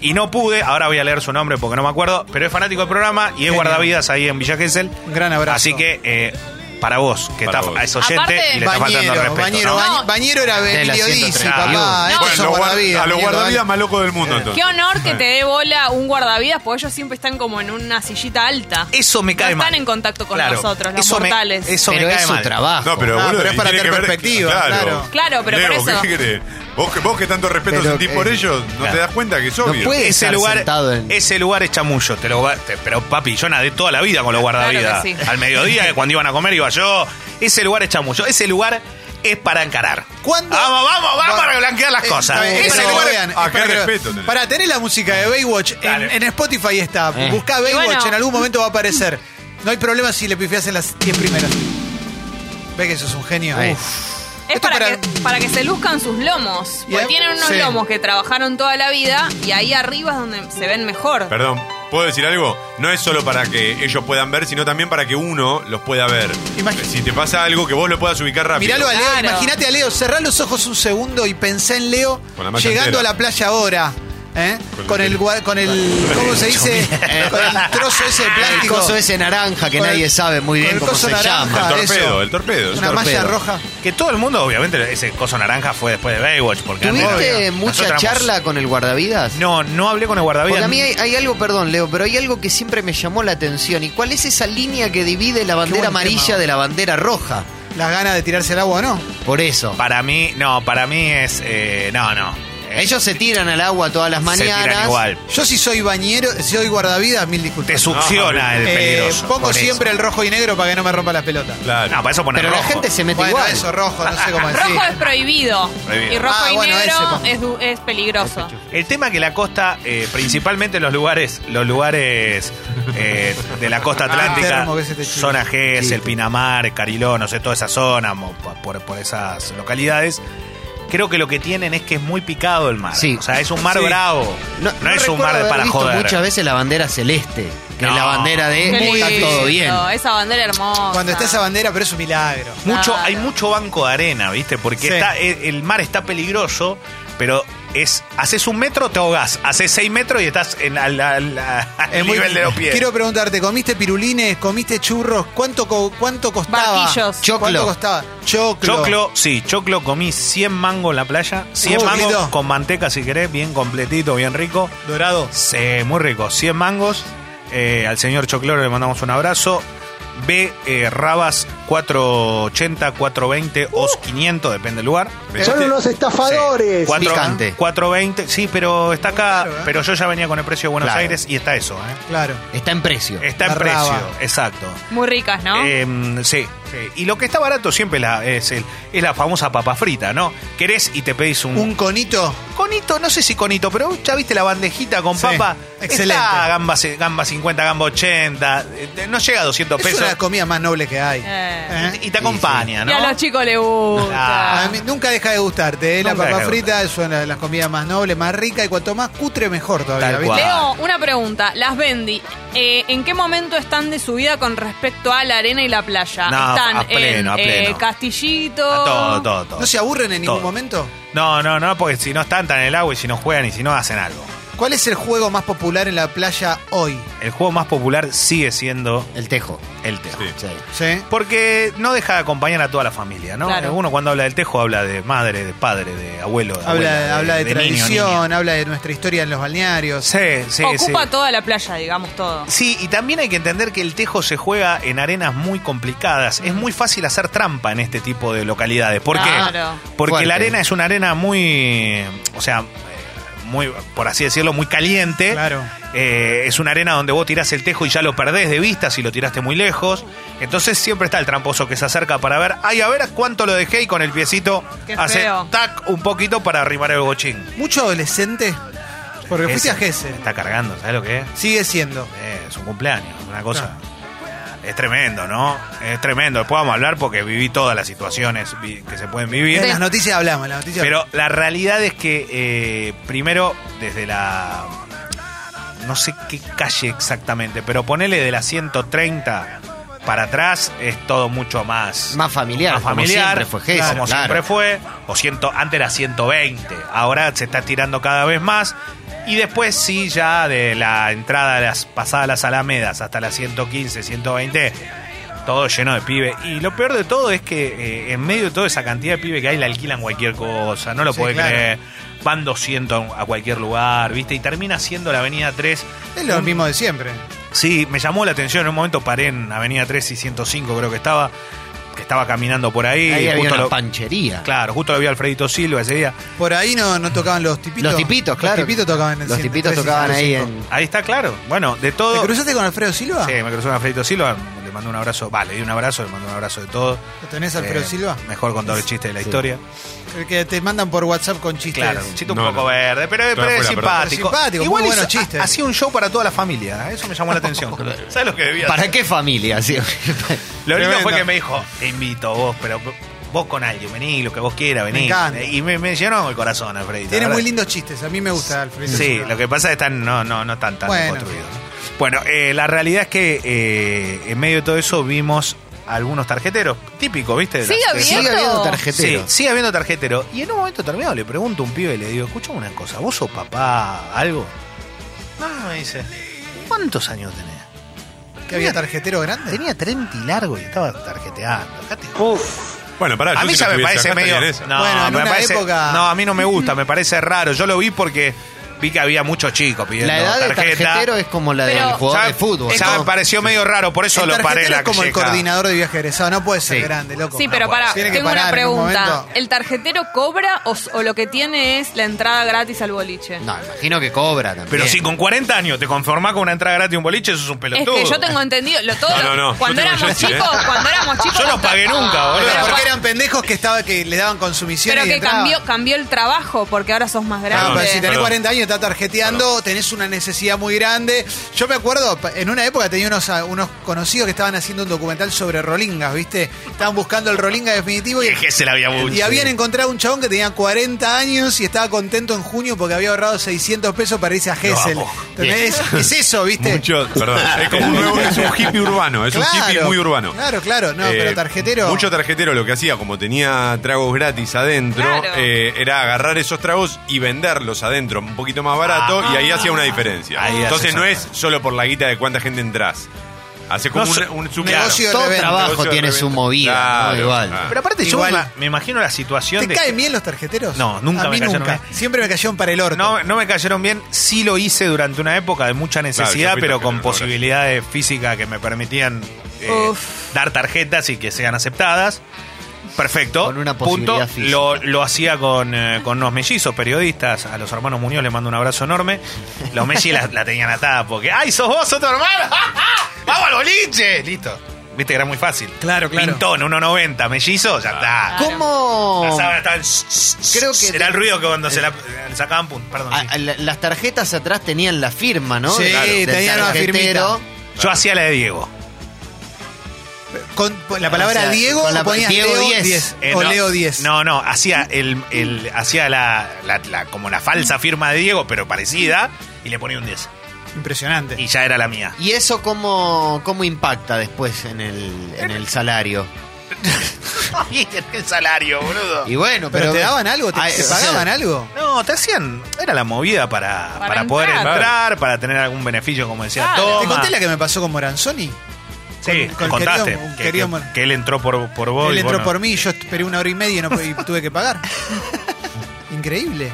Speaker 2: y no pude. Ahora voy a leer su nombre porque no me acuerdo, pero es fanático del programa y es
Speaker 1: Genial.
Speaker 2: guardavidas ahí en Villa Gesell.
Speaker 1: Un gran abrazo.
Speaker 2: Así que, eh, para vos, que
Speaker 4: Para
Speaker 2: estás
Speaker 4: vos.
Speaker 2: es oyente
Speaker 3: Aparte-
Speaker 2: y le está faltando el
Speaker 1: Bañero,
Speaker 2: respeto.
Speaker 1: bañero,
Speaker 2: ¿no?
Speaker 1: bañ-
Speaker 3: No.
Speaker 1: bañero era Betilio Dizzi,
Speaker 6: 131.
Speaker 1: papá.
Speaker 3: No.
Speaker 1: estos
Speaker 3: Bueno,
Speaker 1: son
Speaker 4: los guar-
Speaker 1: guardavidas,
Speaker 4: a los
Speaker 1: mierda, Eh,
Speaker 4: guardavidas
Speaker 1: dale.
Speaker 4: más locos del mundo, entonces.
Speaker 3: Qué honor que te dé bola un guardavidas, porque ellos siempre están como en una sillita alta.
Speaker 2: Eso me
Speaker 3: No
Speaker 2: cae mal.
Speaker 3: están en contacto con nosotros, los
Speaker 2: eso me-
Speaker 3: mortales.
Speaker 2: eso
Speaker 6: pero
Speaker 2: me
Speaker 6: es
Speaker 2: cae
Speaker 6: su
Speaker 2: mal.
Speaker 6: trabajo.
Speaker 4: No, pero,
Speaker 1: Ah,
Speaker 4: boludo,
Speaker 1: pero es
Speaker 4: y
Speaker 1: para
Speaker 4: tiene
Speaker 1: tener
Speaker 4: que ver-
Speaker 1: perspectiva, claro.
Speaker 3: Claro, pero
Speaker 4: Leo,
Speaker 3: por eso-
Speaker 4: ¿qué querés? Vos, que- vos que tanto respeto
Speaker 6: Pero
Speaker 4: sentís
Speaker 6: que-
Speaker 4: por
Speaker 1: eh,
Speaker 4: ellos, no
Speaker 2: Claro.
Speaker 4: te das cuenta que es obvio.
Speaker 6: puede
Speaker 2: Ese
Speaker 6: estar
Speaker 2: lugar,
Speaker 6: sentado en-
Speaker 2: ese lugar es chamullo, te lo va- te- pero papi, yo nadé toda la vida con los guardavidas.
Speaker 3: que sí.
Speaker 2: Al mediodía, que cuando iban a comer, iba yo. Ese lugar es chamullo, ese lugar es para encarar.
Speaker 1: ¿Cuándo?
Speaker 2: Vamos, vamos, vamos
Speaker 1: Bueno,
Speaker 2: para blanquear las
Speaker 1: Eh,
Speaker 2: cosas.
Speaker 1: está bien,
Speaker 2: Ese
Speaker 1: para que
Speaker 2: lugar
Speaker 1: lo
Speaker 2: es-
Speaker 1: vean,
Speaker 4: ah,
Speaker 1: es para
Speaker 4: qué
Speaker 1: que lo-
Speaker 4: respeto tenés.
Speaker 1: Para tener la música de Baywatch en,
Speaker 2: Dale.
Speaker 1: en Spotify está.
Speaker 6: Eh.
Speaker 1: Buscá
Speaker 3: Y
Speaker 1: Baywatch,
Speaker 3: bueno.
Speaker 1: en algún momento va a aparecer. No hay problema si le pifias en las 10 primeras. Ve que sos un genio.
Speaker 6: Ahí.
Speaker 1: Uf.
Speaker 3: Es
Speaker 1: Esto
Speaker 3: para,
Speaker 1: para-
Speaker 3: Que, para que se luzcan sus lomos. Porque
Speaker 1: Bien.
Speaker 3: tienen unos
Speaker 1: Sí.
Speaker 3: lomos que trabajaron toda la vida y ahí arriba es donde se ven mejor.
Speaker 4: Perdón, ¿puedo decir algo? No es solo para que ellos puedan ver, sino también para que uno los pueda ver.
Speaker 1: Imagi-
Speaker 4: Si te pasa algo, que vos lo puedas ubicar rápido.
Speaker 1: Miralo a Leo,
Speaker 3: Claro.
Speaker 1: imagínate a Leo, cerrá los ojos un segundo y pensá en Leo
Speaker 4: Con la malla
Speaker 1: llegando
Speaker 4: entera.
Speaker 1: a la playa ahora. ¿eh?
Speaker 4: Con el
Speaker 1: Con el,
Speaker 4: pelo.
Speaker 1: gua- con el, ¿cómo se dice? Eh, Con el trozo ese
Speaker 2: Ah,
Speaker 1: de
Speaker 6: El
Speaker 1: plástico.
Speaker 6: coso ese naranja que
Speaker 1: Con el-
Speaker 6: nadie sabe muy
Speaker 1: con
Speaker 6: bien
Speaker 1: el
Speaker 6: cómo
Speaker 1: coso
Speaker 6: se
Speaker 1: naranja.
Speaker 4: El
Speaker 6: llama.
Speaker 1: Ah,
Speaker 4: torpedo,
Speaker 1: eso.
Speaker 4: el torpedo.
Speaker 1: Una
Speaker 6: torpedo.
Speaker 1: malla roja.
Speaker 2: Que todo el mundo, obviamente, ese coso naranja fue después de Baywatch. Porque antes,
Speaker 6: ¿Tuviste
Speaker 2: obvio,
Speaker 6: mucha
Speaker 2: nosotros éramos-
Speaker 6: charla con el guardavidas?
Speaker 2: No, no hablé con el guardavidas.
Speaker 6: Porque a mí hay, hay algo, perdón, Leo, pero hay algo que siempre me llamó la atención. ¿Y cuál es esa línea que divide la bandera
Speaker 1: buen tema,
Speaker 6: amarilla
Speaker 1: boludo.
Speaker 6: de la bandera roja?
Speaker 1: Las ganas de tirarse al agua, ¿no?
Speaker 6: Por eso.
Speaker 2: Para mí, no, para mí es. eh, no, no. Eh,
Speaker 6: Ellos se tiran al agua todas las
Speaker 2: se
Speaker 6: mañanas.
Speaker 2: tiran igual.
Speaker 1: Yo si soy bañero, si soy guardavidas, mil
Speaker 2: Te
Speaker 1: disculpas.
Speaker 2: succiona el
Speaker 1: Eh,
Speaker 2: peligroso.
Speaker 1: pongo
Speaker 2: por eso.
Speaker 1: siempre el rojo y negro para que no me rompa la pelota.
Speaker 4: Claro.
Speaker 2: No, para eso poner
Speaker 6: Pero
Speaker 2: rojo.
Speaker 6: la gente se mete
Speaker 1: bueno,
Speaker 6: igual.
Speaker 1: eso, rojo, no sé cómo decir.
Speaker 3: Rojo es prohibido.
Speaker 2: Prohibido.
Speaker 3: Y rojo
Speaker 1: Ah,
Speaker 3: y
Speaker 1: bueno, ese,
Speaker 3: negro
Speaker 1: por-
Speaker 3: es, du- es peligroso.
Speaker 2: El tema que la costa, eh, principalmente los lugares, los lugares eh, de la costa
Speaker 1: Ah,
Speaker 2: atlántica,
Speaker 1: termo que se te chupa.
Speaker 2: zona G,
Speaker 1: Sí.
Speaker 2: el Pinamar, Cariló, no sé, toda esa zona, mo- por, por esas localidades, creo que lo que tienen es que es muy picado el mar.
Speaker 6: Sí.
Speaker 2: O sea, es un mar
Speaker 1: Sí.
Speaker 2: bravo. No, es un
Speaker 6: recuerdo
Speaker 2: mar
Speaker 6: haber
Speaker 2: para
Speaker 6: visto
Speaker 2: joder.
Speaker 6: muchas veces la bandera celeste, que es
Speaker 2: No.
Speaker 6: la bandera de
Speaker 3: Qué
Speaker 6: está
Speaker 3: lindo,
Speaker 6: todo bien.
Speaker 3: Esa bandera hermosa.
Speaker 1: Eh, Cuando está esa bandera, pero es un milagro.
Speaker 2: Mucho,
Speaker 3: Claro.
Speaker 2: Hay mucho banco de arena, ¿viste? Porque
Speaker 1: Sí.
Speaker 2: está, e- el, mar está peligroso, pero es haces un metro, te ahogás. Haces seis metros y estás en, al, al- al
Speaker 1: Es muy-
Speaker 2: nivel de los pies.
Speaker 1: Quiero preguntarte, ¿comiste pirulines? ¿Comiste churros? ¿Cuánto, co- cuánto costaba?
Speaker 3: Barquillos.
Speaker 6: Choclo.
Speaker 1: ¿Cuánto costaba? Choclo.
Speaker 2: Choclo, sí, choclo comí 100 mangos en la playa. 100
Speaker 1: Uh,
Speaker 2: mangos
Speaker 1: lindo.
Speaker 2: con manteca, si querés, bien completito, bien rico.
Speaker 1: Dorado.
Speaker 2: Sí, muy rico. 100 mangos. Eh, al señor Chocloro le mandamos un abrazo. B, eh, Rabas 480, 420
Speaker 1: Uh.
Speaker 2: o 500, depende del lugar.
Speaker 1: Este,
Speaker 8: Son unos estafadores.
Speaker 2: Cuatro-
Speaker 6: picante.
Speaker 2: 420, sí, pero está acá.
Speaker 1: Claro, ¿eh?
Speaker 2: Pero yo ya venía con el precio de Buenos
Speaker 6: Claro.
Speaker 2: Aires y está eso. ¿eh?
Speaker 1: Claro.
Speaker 6: Está en precio.
Speaker 2: Está en
Speaker 1: La
Speaker 2: precio,
Speaker 1: raba.
Speaker 2: exacto.
Speaker 3: Muy ricas, ¿no?
Speaker 6: Eh,
Speaker 2: Em, sí, sí. Y lo que está barato siempre la- es, el- es la famosa papa frita, ¿no? Querés y te pedís un,
Speaker 1: Un conito.
Speaker 2: conito, no sé si conito, pero ya viste la bandejita con
Speaker 1: Sí,
Speaker 2: papa.
Speaker 1: excelente.
Speaker 2: Está gamba, ce- gamba 50, gamba 80. eh, te- No llega a 200
Speaker 1: Es
Speaker 2: pesos.
Speaker 1: una de las comidas más nobles que hay.
Speaker 3: Eh.
Speaker 1: ¿Eh?
Speaker 2: Y te acompaña,
Speaker 3: Y
Speaker 2: ¿no?
Speaker 3: a los chicos les gusta.
Speaker 2: Ah.
Speaker 1: A mí nunca deja de gustarte, ¿eh? La
Speaker 2: Nunca
Speaker 1: papa
Speaker 2: deja de
Speaker 1: frita es una de las comidas más nobles, más ricas y cuanto más cutre, mejor todavía.
Speaker 2: Tal
Speaker 1: ¿viste?
Speaker 2: cual.
Speaker 3: Leo, una pregunta. Las Bendy, eh, ¿en qué momento están de su vida con respecto a la arena y la playa?
Speaker 2: No,
Speaker 3: están
Speaker 2: a pleno, a
Speaker 3: en
Speaker 2: pleno.
Speaker 3: eh, Castillito.
Speaker 2: A todo, todo, todo.
Speaker 1: ¿No se aburren en ningún
Speaker 2: Todo.
Speaker 1: momento?
Speaker 2: No, no, no, porque si no están tan en el agua y si no juegan y si no hacen algo.
Speaker 1: ¿Cuál es el juego más popular en la playa hoy?
Speaker 2: El juego más popular sigue siendo
Speaker 6: El tejo.
Speaker 2: el tejo.
Speaker 4: Sí.
Speaker 1: ¿Sí?
Speaker 2: Porque no deja de acompañar a toda la familia, ¿no?
Speaker 3: Claro.
Speaker 2: Uno cuando habla del tejo habla de madre, de padre, de abuelo, Ah, de
Speaker 1: Habla,
Speaker 2: abuela,
Speaker 1: habla de,
Speaker 2: niño, niña.
Speaker 1: tradición, habla de nuestra historia en los balnearios.
Speaker 2: Sí, sí,
Speaker 3: Ocupa
Speaker 2: sí.
Speaker 3: toda la playa, digamos todo.
Speaker 2: Sí, y también hay que entender que el tejo se juega en arenas muy complicadas. Es muy fácil hacer trampa en este tipo de localidades. ¿Por
Speaker 3: Claro.
Speaker 2: qué? Porque
Speaker 6: Fuerte.
Speaker 2: la arena es una arena muy, o sea, eh, muy, por así decirlo, muy caliente.
Speaker 1: Claro.
Speaker 2: Eh, es una arena donde vos tirás el tejo y ya lo perdés de vista si lo tiraste muy lejos. Entonces siempre está el tramposo que se acerca para ver, ay, a ver cuánto lo dejé y con el piecito
Speaker 3: Qué
Speaker 2: hace
Speaker 3: feo.
Speaker 2: tac un poquito para arrimar el bochín.
Speaker 1: Mucho adolescente, porque fuiste a
Speaker 2: Ese
Speaker 1: Gese.
Speaker 2: Está cargando, ¿sabes lo que es?
Speaker 1: Sigue siendo.
Speaker 2: Eh, es un cumpleaños, una cosa. Es tremendo, ¿no? Es tremendo. Después vamos a hablar porque viví todas las situaciones vi- que se pueden vivir.
Speaker 1: En las noticias hablamos, en las noticias
Speaker 2: Pero la realidad es que, eh, primero, desde la. No sé qué calle exactamente, pero ponele de la 130 para atrás es todo mucho más.
Speaker 6: Más familiar,
Speaker 2: más
Speaker 6: como
Speaker 2: familiar,
Speaker 6: siempre fue Gessler,
Speaker 2: como
Speaker 6: claro.
Speaker 2: siempre fue. O ciento, antes era 120, ahora se está tirando cada vez más. Y después sí, ya de la entrada, de las pasadas las Alamedas hasta las 115, 120, todo lleno de pibe. Y lo peor de todo es que eh, en medio de toda esa cantidad de pibe que hay, le alquilan cualquier cosa, no lo
Speaker 1: Sí,
Speaker 2: podés
Speaker 1: claro.
Speaker 2: creer. Van 200 a cualquier lugar, ¿viste? Y termina siendo la Avenida 3.
Speaker 1: Es lo mismo de siempre.
Speaker 2: Sí, me llamó la atención. En un momento paré en Avenida 3 y 105, creo que estaba. Que estaba caminando por ahí.
Speaker 6: Ahí había
Speaker 2: justo
Speaker 6: una
Speaker 2: lo-
Speaker 6: panchería.
Speaker 2: Claro, justo lo vi a Alfredito Silva ese día.
Speaker 1: Por ahí no, no tocaban los tipitos.
Speaker 6: Los tipitos, claro.
Speaker 1: Los tipitos tocaban en el
Speaker 6: Los
Speaker 1: 103
Speaker 6: tipitos
Speaker 1: y
Speaker 6: tocaban ahí
Speaker 1: 105.
Speaker 6: en...
Speaker 2: Ahí está, claro. Bueno, de todo.
Speaker 1: ¿Te cruzaste con Alfredo Silva?
Speaker 2: Sí, me cruzó con Alfredito Silva. Le mando un abrazo. Va, le di un abrazo, le mando un abrazo de todo.
Speaker 1: ¿Lo tenés Alfredo
Speaker 2: Eh,
Speaker 1: Silva?
Speaker 2: Mejor contador de chiste de la historia.
Speaker 1: El que te mandan por WhatsApp con chistes.
Speaker 2: Claro, un chiste un
Speaker 4: No,
Speaker 2: poco
Speaker 4: no.
Speaker 2: verde, pero, pero
Speaker 4: fue
Speaker 2: es
Speaker 4: la pregunta.
Speaker 2: simpático.
Speaker 1: Pero simpático, muy
Speaker 2: hizo-
Speaker 1: buenos chistes.
Speaker 2: ha- Hacía un show para toda la familia. ¿eh? Eso me llamó la atención. ¿Sabes lo que debía hacer?
Speaker 6: ¿Para qué familia? Sí.
Speaker 2: Lo único
Speaker 4: Tremendo.
Speaker 2: fue que me dijo, te invito vos, pero vos con alguien, vení, lo que vos quieras,
Speaker 1: Me
Speaker 2: vení.
Speaker 1: encanta.
Speaker 2: y me, me llenó el corazón, Alfredito.
Speaker 1: Tiene
Speaker 2: la
Speaker 1: muy
Speaker 2: verdad.
Speaker 1: lindos chistes. A mí me gusta Alfredo
Speaker 2: Sí,
Speaker 1: Silva.
Speaker 2: lo que pasa es que están, no, no, no están tan
Speaker 1: Bueno.
Speaker 2: construidos. Bueno, eh, la realidad es que eh, en medio de todo eso vimos algunos tarjeteros, típico, ¿viste? De las-
Speaker 3: Sigue
Speaker 2: de-
Speaker 6: Sigue
Speaker 3: Cierto.
Speaker 6: habiendo tarjetero.
Speaker 2: Sí, sigue habiendo tarjetero. Y en un momento terminado le pregunto a un pibe y le digo, escuchame una cosa, ¿vos sos papá algo? No, me dice, ¿cuántos años tenés?
Speaker 1: ¿Que había tarjetero grande?
Speaker 2: Tenía 30 y largo y estaba tarjeteando. Acá te-
Speaker 4: Bueno, pará, yo
Speaker 2: a mí
Speaker 4: si
Speaker 2: ya
Speaker 4: no
Speaker 2: me parece
Speaker 4: estuviese acá,
Speaker 2: medio.
Speaker 4: estaría en esa.
Speaker 2: No,
Speaker 1: Bueno, en
Speaker 2: me
Speaker 1: una
Speaker 2: parece-
Speaker 1: época-
Speaker 2: no, a mí no me gusta, me parece raro. Yo lo vi porque vi que había muchos chicos pidiendo
Speaker 6: La edad
Speaker 2: tarjeta.
Speaker 6: de tarjetero es como la
Speaker 3: Pero-
Speaker 6: del jugador
Speaker 2: ya,
Speaker 6: de fútbol.
Speaker 2: ya
Speaker 6: ¿no?
Speaker 2: me pareció medio raro, por eso
Speaker 1: El
Speaker 2: lo paré
Speaker 1: tarjetero
Speaker 2: la
Speaker 1: es como el
Speaker 2: checa.
Speaker 1: coordinador de viaje egresado. No puede ser
Speaker 6: Sí.
Speaker 1: grande, loco.
Speaker 3: Sí, pero
Speaker 2: puede
Speaker 3: pará,
Speaker 1: ser. Tiene que
Speaker 3: tengo una
Speaker 1: parar en un
Speaker 3: pregunta.
Speaker 1: momento.
Speaker 3: ¿El tarjetero cobra o, s- o lo que tiene es la entrada gratis al boliche?
Speaker 6: No, imagino que cobra también.
Speaker 2: Pero si con 40 años te conformás con una entrada gratis y un boliche, eso es un
Speaker 3: Es
Speaker 2: pelotudo.
Speaker 3: que yo tengo entendido, lo todo
Speaker 4: No, no, no, yo
Speaker 3: cuando
Speaker 4: tengo
Speaker 3: éramos
Speaker 4: yo, ¿eh?
Speaker 3: chicos, cuando éramos chicos
Speaker 2: Yo no
Speaker 3: los tar-
Speaker 2: pagué nunca, boludo.
Speaker 1: Pero
Speaker 3: Pero
Speaker 1: porque
Speaker 3: pa-
Speaker 1: eran pendejos que estaba que le daban consumiciones
Speaker 3: Pero
Speaker 1: y
Speaker 3: que
Speaker 1: entraban.
Speaker 3: cambió, cambió el trabajo porque ahora sos más
Speaker 1: Ah,
Speaker 4: Perdón,
Speaker 1: pero si tenés
Speaker 3: grande.
Speaker 4: perdón.
Speaker 1: 40 años, estás tarjeteando, tenés una necesidad muy grande. Yo me acuerdo, pa- en una época tenía unos, a- unos conocidos que estaban haciendo un documental sobre rolingas, ¿viste? Estaban buscando el rolinga definitivo y,
Speaker 2: Y es que se la había mucho.
Speaker 1: y habían encontrado un chabón que tenía 40 años y estaba contento en junio porque había ahorrado 600 pesos para irse a Gessel.
Speaker 2: amo.
Speaker 1: ¿Entendés? Es eso, ¿viste?
Speaker 4: Mucho, perdón, es como un, nuevo- es un hippie urbano, es un hippie muy urbano.
Speaker 1: Claro, claro. No,
Speaker 4: Eh,
Speaker 1: pero tarjetero.
Speaker 4: Mucho tarjetero lo que hacía, como tenía tragos gratis adentro,
Speaker 3: Claro.
Speaker 4: eh, era agarrar esos tragos y venderlos adentro un poquito más barato y ahí hacía una diferencia.
Speaker 2: Ahí hace
Speaker 4: Entonces no es
Speaker 2: exacto.
Speaker 4: solo por la guita de cuánta gente entras. Hace como
Speaker 2: No,
Speaker 4: un,
Speaker 2: so-
Speaker 4: un- su-
Speaker 1: negocio de
Speaker 6: Todo
Speaker 1: reventa.
Speaker 4: negocio
Speaker 6: trabajo
Speaker 4: de
Speaker 6: tiene su
Speaker 4: reventa.
Speaker 6: movida, ¿no?
Speaker 4: Claro,
Speaker 6: Igual.
Speaker 4: claro.
Speaker 2: Pero aparte,
Speaker 1: Igual-
Speaker 2: yo me, me imagino la situación
Speaker 1: ¿Te
Speaker 2: de.
Speaker 1: caen bien los tarjeteros?
Speaker 2: No, nunca
Speaker 1: a mí
Speaker 2: me cayeron
Speaker 1: nunca.
Speaker 2: bien.
Speaker 1: Siempre me cayeron para el orto.
Speaker 2: No, no me cayeron bien. Sí lo hice durante una época de mucha necesidad,
Speaker 4: Claro, yo fui
Speaker 2: pero con
Speaker 4: tarjetero,
Speaker 2: posibilidades físicas que me permitían eh,
Speaker 3: Uf.
Speaker 2: dar tarjetas y que sean aceptadas. Perfecto.
Speaker 6: Con una
Speaker 2: Punto.
Speaker 6: posibilidad física.
Speaker 2: Lo, lo hacía con, eh, con unos mellizos periodistas. A los hermanos Muñoz les mando un abrazo enorme. Los mellizos la, la tenían atada porque, ¡ay, sos vos, sos tu hermano! ¡Vamos al boliche! Listo. Viste que era muy fácil.
Speaker 1: Claro, claro. Ah,
Speaker 2: Pintón, 1.90, mellizo, ya está. La
Speaker 6: ¿Cómo?
Speaker 2: sábana estaba en-
Speaker 6: Creo que-
Speaker 2: Era el ruido que cuando se la le sacaban pun- Perdón.
Speaker 6: Ah,
Speaker 2: sí.
Speaker 6: ah, la- las tarjetas atrás tenían la firma, ¿no?
Speaker 1: Sí,
Speaker 6: Del
Speaker 1: tenían una
Speaker 6: tarjetero.
Speaker 2: Yo hacía la de Diego.
Speaker 1: Con la palabra
Speaker 6: O sea,
Speaker 1: Diego
Speaker 6: con la-
Speaker 1: o ponías
Speaker 6: Diego
Speaker 1: Leo
Speaker 6: 10.
Speaker 1: 10
Speaker 2: Eh,
Speaker 1: o
Speaker 2: no,
Speaker 1: Leo 10.
Speaker 2: No, no, hacía el, el- hacía la, la- la- como la falsa firma de Diego, pero parecida, y le ponía un 10.
Speaker 1: Impresionante.
Speaker 2: Y ya era la mía.
Speaker 6: ¿Y eso cómo, cómo impacta después en el, en el salario?
Speaker 2: Y el salario, boludo.
Speaker 6: Y bueno,
Speaker 1: ¿Pero
Speaker 6: pero...
Speaker 1: te daban algo? ¿Te,
Speaker 6: Ay,
Speaker 1: te
Speaker 6: o sea,
Speaker 1: pagaban algo?
Speaker 2: No, te hacían. Era la movida para, para,
Speaker 3: Para
Speaker 2: poder
Speaker 3: entrar.
Speaker 2: entrar, para tener algún beneficio, como decía
Speaker 3: Claro.
Speaker 2: Toma.
Speaker 1: ¿Te conté la que me pasó con Moranzoni?
Speaker 2: Sí,
Speaker 1: con- con
Speaker 2: contaste.
Speaker 1: querido- un
Speaker 2: que,
Speaker 1: querido
Speaker 2: que-
Speaker 1: mon-
Speaker 2: que él entró por, por vos.
Speaker 1: Él
Speaker 2: y vos
Speaker 1: entró
Speaker 2: no.
Speaker 1: por mí, yo esperé una hora y media y, no, pu- y tuve que pagar. Increíble.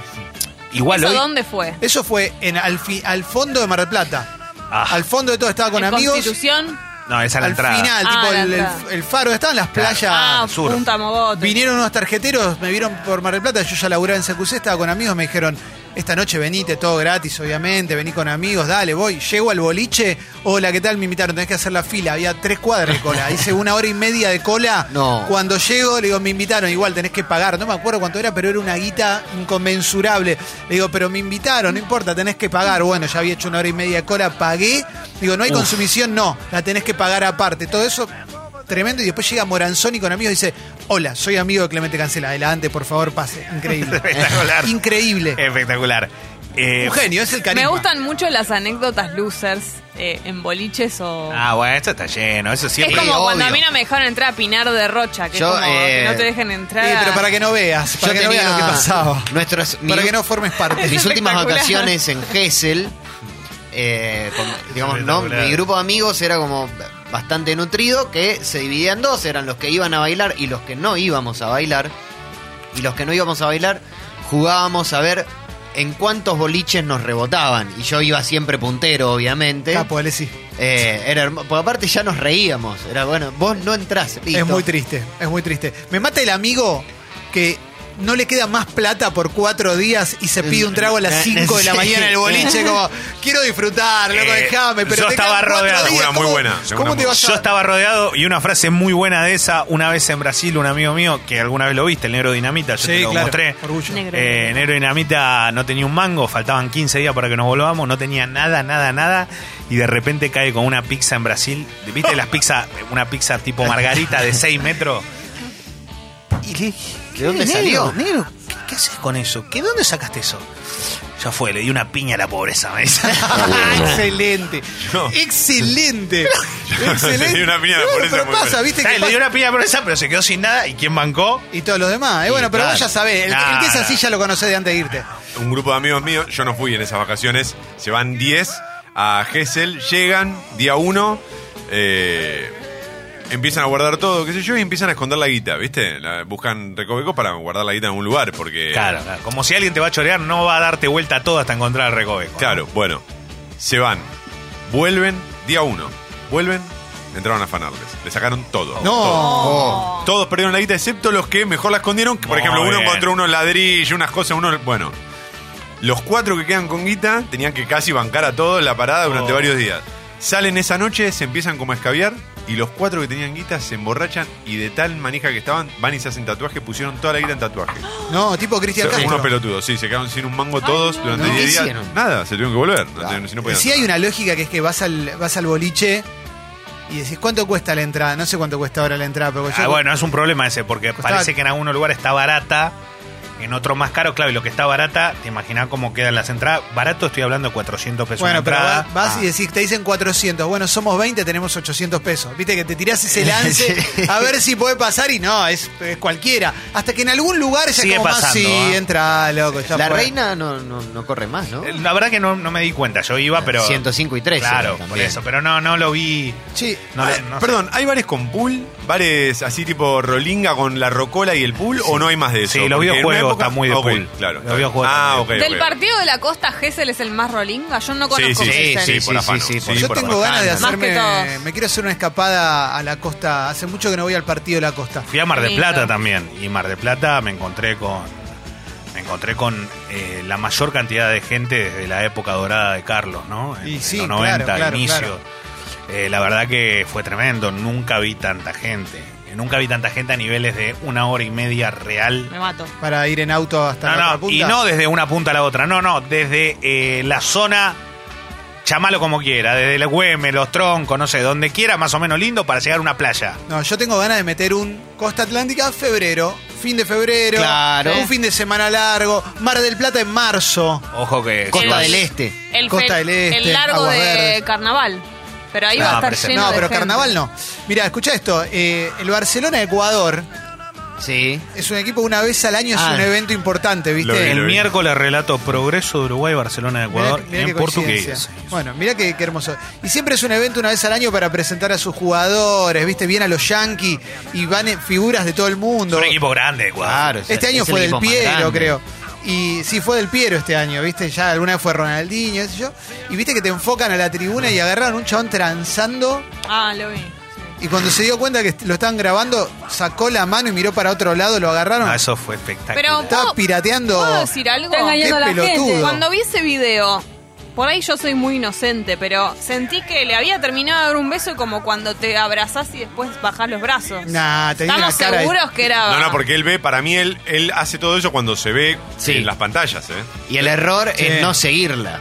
Speaker 2: Igual
Speaker 3: ¿Eso
Speaker 2: hoy.
Speaker 3: dónde fue?
Speaker 1: Eso fue en, al, fi- al fondo de Mar del Plata.
Speaker 2: Ah.
Speaker 1: Al fondo de todo estaba con
Speaker 3: ¿En
Speaker 1: amigos.
Speaker 3: Constitución?
Speaker 2: No, esa es la
Speaker 1: Al
Speaker 2: entrada.
Speaker 1: final,
Speaker 3: Ah,
Speaker 1: tipo
Speaker 3: la
Speaker 1: el, el-
Speaker 3: entrada.
Speaker 1: el faro, estaban las playas.
Speaker 3: Ah,
Speaker 2: sur.
Speaker 3: Punta Mogote.
Speaker 1: Vinieron unos tarjeteros, me vieron por Mar del Plata, yo ya laburaba en CQC, estaba con amigos, me dijeron, esta noche venite, todo gratis, obviamente, vení con amigos, dale, voy, llego al boliche, hola, ¿qué tal? Me invitaron, tenés que hacer la fila, había tres cuadras de cola, hice una hora y media de cola,
Speaker 6: No.
Speaker 1: cuando llego le digo, me invitaron, igual tenés que pagar, no me acuerdo cuánto era, pero era una guita inconmensurable, le digo, pero me invitaron, no importa, tenés que pagar, bueno, ya había hecho una hora y media de cola, pagué, digo, no hay consumición, no, la tenés que pagar aparte, todo eso... Tremendo, y después llega Moranzoni con amigos y dice: Hola, soy amigo de Clemente Cancela. Adelante, por favor, pase. Increíble.
Speaker 2: Espectacular.
Speaker 1: Increíble.
Speaker 2: Espectacular. Eh,
Speaker 1: Un genio, es el carisma.
Speaker 3: Me gustan mucho las anécdotas losers eh, en boliches o...
Speaker 2: Ah, bueno, esto está lleno. Eso
Speaker 3: es
Speaker 2: siempre.
Speaker 3: como
Speaker 6: obvio.
Speaker 3: cuando a mí no me dejaron entrar a Pinar de Rocha, que
Speaker 6: Yo,
Speaker 3: es como que
Speaker 6: eh,
Speaker 3: no te dejen entrar.
Speaker 1: Sí, pero para que no veas, para que no veas lo que pasaba.
Speaker 6: Nuestras, mi-
Speaker 1: Para que no formes parte.
Speaker 6: mis últimas
Speaker 3: espectacular.
Speaker 6: vacaciones en Gessel, eh, con- digamos, ¿no?
Speaker 2: Espectacular.
Speaker 6: mi grupo de amigos era como bastante nutrido, que se dividía en dos, eran los que iban a bailar y los que no íbamos a bailar. Y los que no íbamos a bailar jugábamos a ver en cuántos boliches nos rebotaban. Y yo iba siempre puntero, obviamente.
Speaker 1: Capo, Alessi.
Speaker 6: Eh, era hermoso. Por aparte ya nos reíamos. Era bueno, vos no entrás. listo.
Speaker 1: Es muy triste, es muy triste. Me mata el amigo que no le queda más plata por cuatro días y se pide un trago a las
Speaker 6: Eh,
Speaker 1: 5 de la
Speaker 6: sí.
Speaker 1: mañana en el boliche, como, quiero disfrutar, loco,
Speaker 2: Eh,
Speaker 1: déjame. Pero
Speaker 2: yo
Speaker 1: te quedan
Speaker 2: estaba
Speaker 1: cuatro
Speaker 2: rodeado.
Speaker 1: días,
Speaker 4: Una muy
Speaker 1: ¿cómo-
Speaker 4: buena,
Speaker 1: ¿Cómo
Speaker 4: una
Speaker 1: te
Speaker 4: muy-
Speaker 1: vas a
Speaker 2: Yo estaba rodeado y una frase muy buena de esa, una vez en Brasil, un amigo mío, que alguna vez lo viste, el negro dinamita, yo te
Speaker 1: Sí,
Speaker 2: lo
Speaker 1: claro,
Speaker 2: mostré.
Speaker 1: orgullo.
Speaker 3: Negro.
Speaker 2: Eh, Negro Dinamita no tenía un mango, faltaban 15 días para que nos volvamos, no tenía nada, nada, nada, y de repente cae con una pizza en Brasil. ¿Viste las pizzas? Una pizza tipo margarita de 6 metros. Y le dije,
Speaker 6: ¿De dónde
Speaker 2: "Negro,
Speaker 6: salió?"
Speaker 2: Eh, Negro, ¿qué, qué haces con eso? ¿Qué, ¿Dónde sacaste eso? Ya fue, le di una piña a la pobreza. me dice.
Speaker 1: excelente,
Speaker 4: No.
Speaker 1: excelente, excelente.
Speaker 4: Le di una piña a la
Speaker 1: Bueno,
Speaker 4: pobreza,
Speaker 1: pero
Speaker 4: muy buena.
Speaker 1: pasa, viste que
Speaker 2: Dale, Le
Speaker 1: pasa?
Speaker 2: di una piña a la pobreza, pero se quedó sin nada. ¿Y quién bancó?
Speaker 1: Y todos los demás. Eh,
Speaker 2: Y
Speaker 1: bueno, pero vos
Speaker 2: claro.
Speaker 1: ya sabés. El, el que es así
Speaker 2: Nada.
Speaker 1: ya lo conocés de antes de irte.
Speaker 4: un grupo de amigos míos, yo no fui en esas vacaciones, se van 10 a Gessel, llegan, día 1, empiezan a guardar todo, qué sé yo, y empiezan a esconder la guita, ¿viste? La- buscan recovecos para guardar la guita en un lugar, porque...
Speaker 2: Claro, claro. Eh, Como si alguien te va a chorear, no va a darte vuelta toda hasta encontrar el recoveco.
Speaker 4: Claro, bueno, se van, vuelven, día 1, vuelven, entraron a afanarles, le sacaron todo.
Speaker 1: No.
Speaker 4: todo.
Speaker 6: Oh.
Speaker 4: Todos perdieron la guita, excepto los que mejor la escondieron. que,
Speaker 2: Muy
Speaker 4: Por ejemplo, uno
Speaker 2: bien.
Speaker 4: encontró unos ladrillos, unas cosas, uno. Bueno, los cuatro que quedan con guita tenían que casi bancar a todos la parada durante
Speaker 2: Oh.
Speaker 4: varios días. Salen esa noche, se empiezan como a escabiar y los cuatro que tenían guita se emborrachan y de tal manija que estaban, van y se hacen tatuaje, pusieron toda la guita en tatuaje.
Speaker 1: No, tipo Cristian
Speaker 4: O sea,
Speaker 1: Castro.
Speaker 4: unos pelotudos, sí, se quedaron sin un mango todos durante
Speaker 6: No,
Speaker 4: 10
Speaker 6: ¿qué
Speaker 4: días.
Speaker 6: hicieron?
Speaker 4: Nada, se tuvieron que volver. no
Speaker 6: Claro.
Speaker 4: te- si no podían
Speaker 1: Sí
Speaker 4: hacer
Speaker 1: hay
Speaker 4: nada.
Speaker 1: una lógica que es que vas al, vas al boliche y decís, ¿cuánto cuesta la entrada? No sé cuánto cuesta ahora la entrada, pero
Speaker 2: Ah,
Speaker 1: yo-
Speaker 2: bueno, es un problema ese, porque
Speaker 1: Costaba-
Speaker 2: parece que en algunos lugares está barata, en otros más caro, claro, y lo que está barata, te imaginas cómo quedan las entradas. Barato estoy hablando de 400 pesos
Speaker 1: Bueno,
Speaker 2: una
Speaker 1: pero
Speaker 2: entrada. Ah.
Speaker 1: va- vas y decís, te dicen 400. Bueno, somos 20, tenemos 800 pesos. Viste que te tirás ese lance a ver si puede pasar y no, es, es cualquiera. Hasta que en algún lugar ya es
Speaker 2: Sigue
Speaker 1: como más,
Speaker 2: pasando,
Speaker 1: sí,
Speaker 2: ¿ah?
Speaker 1: entra, loco. ya
Speaker 6: La
Speaker 1: fue".
Speaker 6: reina no, no, no corre más, ¿no?
Speaker 2: Eh, La verdad que no, no me di cuenta, yo iba, pero...
Speaker 6: 105 y 13
Speaker 2: Claro,
Speaker 6: también.
Speaker 2: por eso, pero no, no lo vi...
Speaker 1: Sí.
Speaker 2: No,
Speaker 4: Ah,
Speaker 2: lo- no sé.
Speaker 4: perdón, ¿hay bares con pool? ¿Bares así tipo rolinga con la rocola y el pool? ¿O no hay más de eso?
Speaker 2: Sí, los
Speaker 4: Porque en una
Speaker 2: videojuegos
Speaker 4: época- Ah,
Speaker 2: están muy de
Speaker 4: Ok,
Speaker 2: pool.
Speaker 4: Claro.
Speaker 2: Los videojuegos
Speaker 4: Ah,
Speaker 2: están
Speaker 4: ok.
Speaker 2: muy
Speaker 3: Del
Speaker 4: ok.
Speaker 3: partido de la costa, Gessel es el más rolinga. Yo no
Speaker 4: Sí,
Speaker 3: conozco
Speaker 4: sí, sí,
Speaker 3: Gessel.
Speaker 4: sí,
Speaker 6: Sí,
Speaker 4: por
Speaker 6: sí,
Speaker 4: afano.
Speaker 6: sí,
Speaker 4: Sí,
Speaker 1: Yo
Speaker 4: por
Speaker 1: tengo
Speaker 4: afano.
Speaker 1: ganas de
Speaker 3: Más que
Speaker 1: hacerme.
Speaker 3: todos.
Speaker 1: Me quiero hacer una escapada a la costa. Hace mucho que no voy al partido de la costa.
Speaker 2: Fui a Mar del
Speaker 3: Lindo.
Speaker 2: Plata también, y Mar del Plata me encontré con... Me encontré con eh, la mayor cantidad de gente desde la época dorada de Carlos, ¿no? En,
Speaker 1: Y
Speaker 2: en
Speaker 1: sí,
Speaker 2: los 90,
Speaker 1: claro, claro,
Speaker 2: inicio.
Speaker 1: claro.
Speaker 2: Eh, la verdad que fue tremendo, nunca vi tanta gente. Nunca vi tanta gente a niveles de una hora y media real.
Speaker 3: Me mato.
Speaker 1: Para ir en auto hasta
Speaker 2: No,
Speaker 1: la otra
Speaker 2: no,
Speaker 1: punta.
Speaker 2: y no desde una punta a la otra, no, no, desde eh, la zona, llamalo como quiera, desde el Güemes, los troncos, no sé, donde quiera, más o menos lindo, para llegar a una playa.
Speaker 1: No, yo tengo ganas de meter un Costa Atlántica febrero, fin de febrero,
Speaker 6: Claro.
Speaker 1: un fin de semana largo, Mar del Plata en marzo.
Speaker 2: Ojo que.
Speaker 6: Costa
Speaker 3: El-
Speaker 6: del Este.
Speaker 3: El,
Speaker 1: Costa
Speaker 3: fe-
Speaker 1: del Este,
Speaker 3: el largo
Speaker 1: Aguas
Speaker 3: de
Speaker 1: Verdes.
Speaker 3: carnaval. Pero ahí
Speaker 2: No,
Speaker 3: va a estar
Speaker 2: pero-
Speaker 3: lleno
Speaker 1: No,
Speaker 3: de
Speaker 1: pero
Speaker 3: gente.
Speaker 1: carnaval no. Mira, escucha esto, eh, el Barcelona Ecuador
Speaker 6: Sí.
Speaker 1: es un equipo una vez al año, es
Speaker 6: Ah.
Speaker 1: un evento importante, ¿viste?
Speaker 4: Lo vi,
Speaker 2: El
Speaker 4: lo vi.
Speaker 2: miércoles relato progreso de Uruguay, Barcelona,
Speaker 1: Mirá-
Speaker 2: Ecuador,
Speaker 1: mirá qué
Speaker 2: en
Speaker 1: coincidencia.
Speaker 2: portugués.
Speaker 1: Bueno, mirá qué, qué hermoso. Y siempre es un evento una vez al año para presentar a sus jugadores, viste, bien a los yankees y van eh, figuras de todo el
Speaker 2: Es
Speaker 1: mundo.
Speaker 2: un equipo grande, Ecuador.
Speaker 6: Claro, o sea,
Speaker 1: Este año
Speaker 6: Pues, es el
Speaker 1: fue del
Speaker 6: equipo más
Speaker 1: Piero,
Speaker 6: grande.
Speaker 1: creo. Y sí, fue del Piero este año, ¿viste? Ya alguna vez fue Ronaldinho, qué sé yo. Y viste que te enfocan a la tribuna y agarraron un chabón transando
Speaker 3: Ah, lo vi. sí.
Speaker 1: Y cuando se dio cuenta que lo estaban grabando, sacó la mano y miró para otro lado, lo agarraron.
Speaker 2: No, Ah,
Speaker 6: Ah,
Speaker 2: eso fue espectacular.
Speaker 3: Pero
Speaker 1: Está
Speaker 3: ¿puedo-
Speaker 1: pirateando.
Speaker 3: ¿Puedo decir algo?
Speaker 9: Está engañando
Speaker 1: Qué
Speaker 9: a la gente.
Speaker 1: pelotudo.
Speaker 3: Cuando vi ese video, por ahí yo soy muy inocente, pero sentí que le había terminado de dar un beso como cuando te abrazás y después bajás los brazos.
Speaker 1: Nah, tenía
Speaker 3: Estamos
Speaker 1: una cara de-
Speaker 3: seguros que era.
Speaker 4: No, no, porque él ve, para mí él, él hace todo eso cuando se ve
Speaker 6: Sí.
Speaker 4: en las pantallas, ¿eh?
Speaker 6: Y el error
Speaker 1: Sí.
Speaker 6: es no seguirla.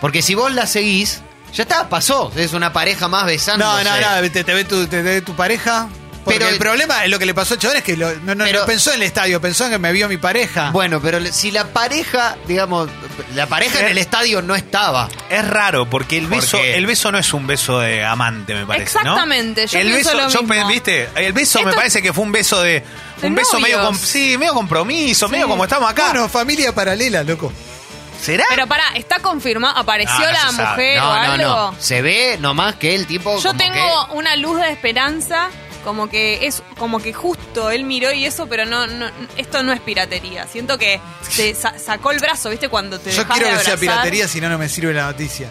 Speaker 6: Porque si vos la seguís, ya está, pasó. Es una pareja más
Speaker 1: No,
Speaker 6: besándose.
Speaker 1: no, no, te, te ve tu, te, te ve tu pareja. Porque
Speaker 6: Pero-
Speaker 1: el problema, lo que le pasó a Chabón es que lo- no, no- no
Speaker 6: Pero-
Speaker 1: pensó en el estadio, pensó en que me vio mi pareja.
Speaker 6: Bueno, pero le- si la pareja, digamos, la pareja en el estadio no estaba.
Speaker 2: Es raro porque el
Speaker 6: ¿Por
Speaker 2: beso,
Speaker 6: qué?
Speaker 2: el beso no es un beso de amante, me parece. ¿no?
Speaker 3: Exactamente, yo
Speaker 2: el
Speaker 3: pienso
Speaker 2: beso,
Speaker 3: lo
Speaker 2: yo
Speaker 3: mismo.
Speaker 2: pe- viste, el beso me
Speaker 3: Esto-
Speaker 2: parece que fue un beso de,
Speaker 3: De
Speaker 2: un beso medio,
Speaker 3: novios.
Speaker 2: com- sí, medio compromiso, medio como estamos acá.
Speaker 1: Bueno, familia paralela, loco.
Speaker 2: ¿Será?
Speaker 3: Pero pará, ¿está confirmado? ¿Apareció
Speaker 2: No, no
Speaker 3: la
Speaker 2: se sabe.
Speaker 3: mujer o
Speaker 6: Ah, no, no,
Speaker 3: algo?
Speaker 6: no. Se ve nomás que el tipo.
Speaker 3: Yo
Speaker 6: como
Speaker 3: tengo una luz de esperanza, como que es como que justo él miró y eso, pero no, no esto no es piratería. Siento que se sa- sacó el brazo, ¿viste? Cuando te
Speaker 1: Yo
Speaker 3: dejás
Speaker 1: quiero
Speaker 3: de
Speaker 1: que sea
Speaker 3: abrazar.
Speaker 1: piratería, si no, no me sirve la noticia.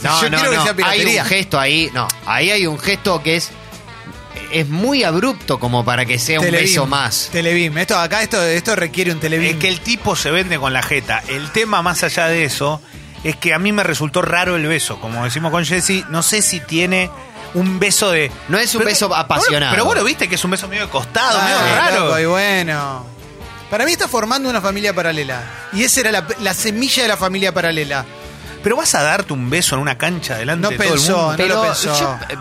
Speaker 6: que- No,
Speaker 1: Yo
Speaker 6: no,
Speaker 1: quiero
Speaker 6: no.
Speaker 1: que sea
Speaker 6: Hay
Speaker 1: piratería.
Speaker 6: un gesto ahí. No, ahí hay un gesto que es. Es muy abrupto como para que sea un
Speaker 1: Televim,
Speaker 6: beso más.
Speaker 1: Televim. Esto, acá esto, esto requiere un Televim.
Speaker 2: Es que el tipo se vende con la jeta. El tema más allá de eso es que a mí me resultó raro el beso. Como decimos con Jesse, no sé si tiene un beso de...
Speaker 6: No es un beso apasionado.
Speaker 2: Pero bueno, viste que es un beso medio de costado,
Speaker 1: Ah,
Speaker 2: medio raro.
Speaker 1: loco, y bueno. Para mí está formando una familia paralela. Y esa era la, la semilla de la familia paralela.
Speaker 2: Pero vas a darte un beso en una cancha delante
Speaker 1: No
Speaker 2: de todo el
Speaker 1: pensó,
Speaker 2: mundo.
Speaker 1: no lo pensó.
Speaker 6: yo, eh,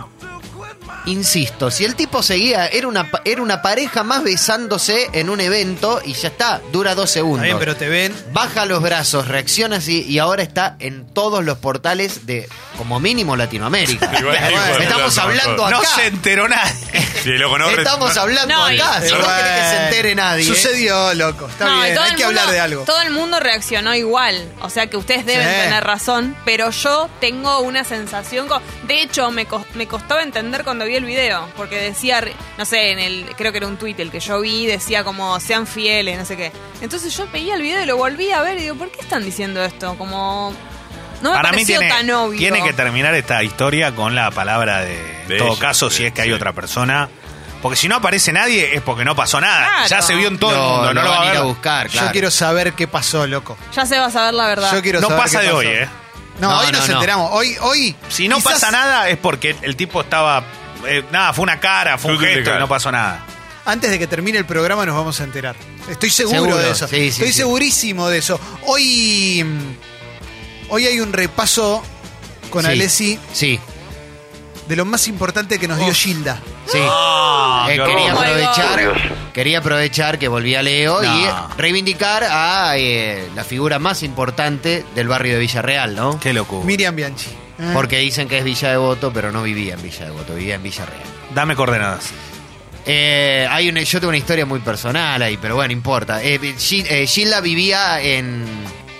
Speaker 6: insisto, si el tipo seguía, era una, pa- era una pareja más besándose en un evento y ya está, dura dos
Speaker 1: Está
Speaker 6: segundos.
Speaker 1: bien, pero te ven.
Speaker 6: Baja los brazos, reacciona así y ahora está en todos los portales de, como mínimo, Latinoamérica.
Speaker 4: Igual,
Speaker 6: Bueno,
Speaker 4: igual,
Speaker 6: estamos
Speaker 4: no,
Speaker 6: hablando
Speaker 2: No
Speaker 6: acá.
Speaker 2: se enteró nadie.
Speaker 4: Sí, loco, no-
Speaker 6: estamos
Speaker 4: no-
Speaker 6: hablando
Speaker 3: No, y-
Speaker 6: acá. Si
Speaker 1: Eh,
Speaker 6: no querés que se
Speaker 1: bueno.
Speaker 6: entere nadie. ¿eh?
Speaker 1: Sucedió, loco. Está
Speaker 3: No, y
Speaker 1: bien,
Speaker 3: todo
Speaker 1: hay
Speaker 3: el
Speaker 1: que hablar
Speaker 3: mundo-
Speaker 1: de algo.
Speaker 3: Todo el mundo reaccionó igual. O sea que ustedes deben
Speaker 1: Sí.
Speaker 3: tener razón, pero yo tengo una sensación. co- de hecho, me, cos- me costaba entender cuando vi el video, porque decía, re- no sé, en el creo que era un tuit el que yo vi, decía como sean fieles, no sé qué. Entonces yo veía el video y lo volví a ver y digo, ¿por qué están diciendo esto? Como. No me
Speaker 2: Para mí
Speaker 3: pareció
Speaker 2: tiene,
Speaker 3: tan obvio.
Speaker 2: tiene que terminar esta historia con la palabra de, en
Speaker 4: De
Speaker 2: todo
Speaker 4: ella,
Speaker 2: caso,
Speaker 4: sí,
Speaker 2: si es que hay
Speaker 4: sí.
Speaker 2: otra persona. Porque si no aparece nadie es porque no pasó nada.
Speaker 3: Claro.
Speaker 2: Ya se vio en todo el
Speaker 6: No,
Speaker 2: mundo. No,
Speaker 6: no
Speaker 2: lo va a
Speaker 6: van a ir
Speaker 2: ver.
Speaker 6: a buscar, claro.
Speaker 1: Yo quiero saber qué pasó, loco.
Speaker 3: Ya se va a saber la verdad.
Speaker 1: Yo quiero
Speaker 2: No
Speaker 1: saber
Speaker 2: pasa
Speaker 1: qué
Speaker 2: de
Speaker 1: pasó.
Speaker 2: hoy, ¿eh?
Speaker 1: No,
Speaker 6: No,
Speaker 1: hoy
Speaker 6: no,
Speaker 1: nos
Speaker 6: no.
Speaker 1: enteramos. Hoy, hoy.
Speaker 2: Si no
Speaker 1: quizás
Speaker 2: pasa nada es porque el tipo estaba... eh, nada, fue una cara, fue un
Speaker 4: Tú te
Speaker 2: gesto y
Speaker 4: cara.
Speaker 2: no pasó nada.
Speaker 1: Antes de que termine el programa nos vamos a enterar. Estoy seguro,
Speaker 6: Seguro,
Speaker 1: de eso.
Speaker 6: sí, sí,
Speaker 1: Estoy
Speaker 6: sí.
Speaker 1: segurísimo de eso. Hoy. mm, Hoy hay un repaso con
Speaker 6: Sí.
Speaker 1: Alessi
Speaker 6: Sí,
Speaker 1: de lo más importante que nos dio Gilda.
Speaker 6: sí. Eh,
Speaker 2: Ah, qué
Speaker 6: quería,
Speaker 3: horror.
Speaker 6: aprovechar, quería aprovechar que volvía Leo
Speaker 2: No.
Speaker 6: y reivindicar a eh, la figura más importante del barrio de Villarreal, ¿no?
Speaker 2: Qué locura.
Speaker 1: Miriam Bianchi. ¿eh?
Speaker 6: Porque dicen que es Villa Devoto, pero no vivía en Villa Devoto, vivía en Villarreal.
Speaker 2: Dame coordenadas.
Speaker 6: Eh, hay una, yo tengo una historia muy personal ahí, pero bueno, importa. Eh, Gi- eh, Gilda vivía en.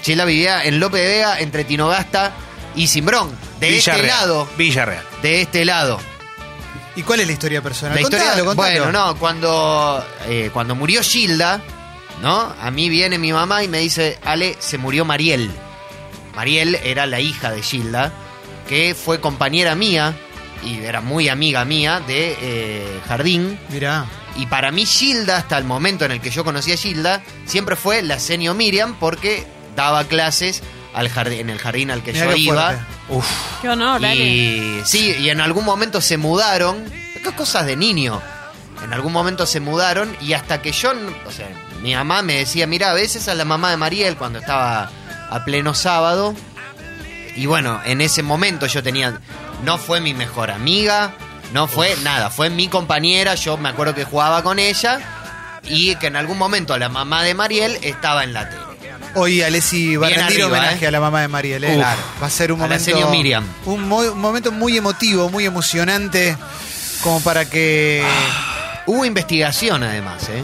Speaker 6: Gilda vivía en Lope de Vega, entre Tinogasta y Simbrón. De este
Speaker 2: Villarreal.
Speaker 6: lado.
Speaker 2: Villarreal.
Speaker 6: De este lado.
Speaker 1: ¿Y cuál es la historia personal?
Speaker 6: La historia,
Speaker 1: Contalo, contalo.
Speaker 6: bueno, no, cuando, eh, cuando murió Gilda, ¿no? A mí viene mi mamá y me dice, Ale, se murió Mariel. Mariel era la hija de Gilda, que fue compañera mía y era muy amiga mía de eh, Jardín.
Speaker 1: Mirá.
Speaker 6: Y para mí Gilda, hasta el momento en el que yo conocí a Gilda, siempre fue la senio Miriam porque daba clases al jardín, en el jardín al que
Speaker 1: Mirá
Speaker 6: yo
Speaker 1: qué
Speaker 6: iba.
Speaker 1: fuerte.
Speaker 3: Qué honor, dale.
Speaker 6: Y sí, y en algún momento se mudaron. ¿Qué cosas de niño? En algún momento se mudaron y hasta que yo, o sea, mi mamá me decía, mira, a veces a la mamá de Mariel cuando estaba a pleno sábado. Y bueno, en ese momento yo tenía, no fue mi mejor amiga, no fue nada, fue mi compañera, yo me acuerdo que jugaba con ella y que en algún momento la mamá de Mariel estaba en la tele.
Speaker 1: Hoy Alessi va a
Speaker 6: Bien
Speaker 1: rendir
Speaker 6: arriba,
Speaker 1: homenaje
Speaker 6: eh.
Speaker 1: a la mamá de Mariel. eh.
Speaker 6: Uf.
Speaker 1: Claro. Va a ser un
Speaker 6: A la
Speaker 1: momento.
Speaker 6: señor Miriam.
Speaker 1: Un, mo- un momento muy emotivo, muy emocionante. Como para que.
Speaker 6: Hubo investigación además, ¿eh?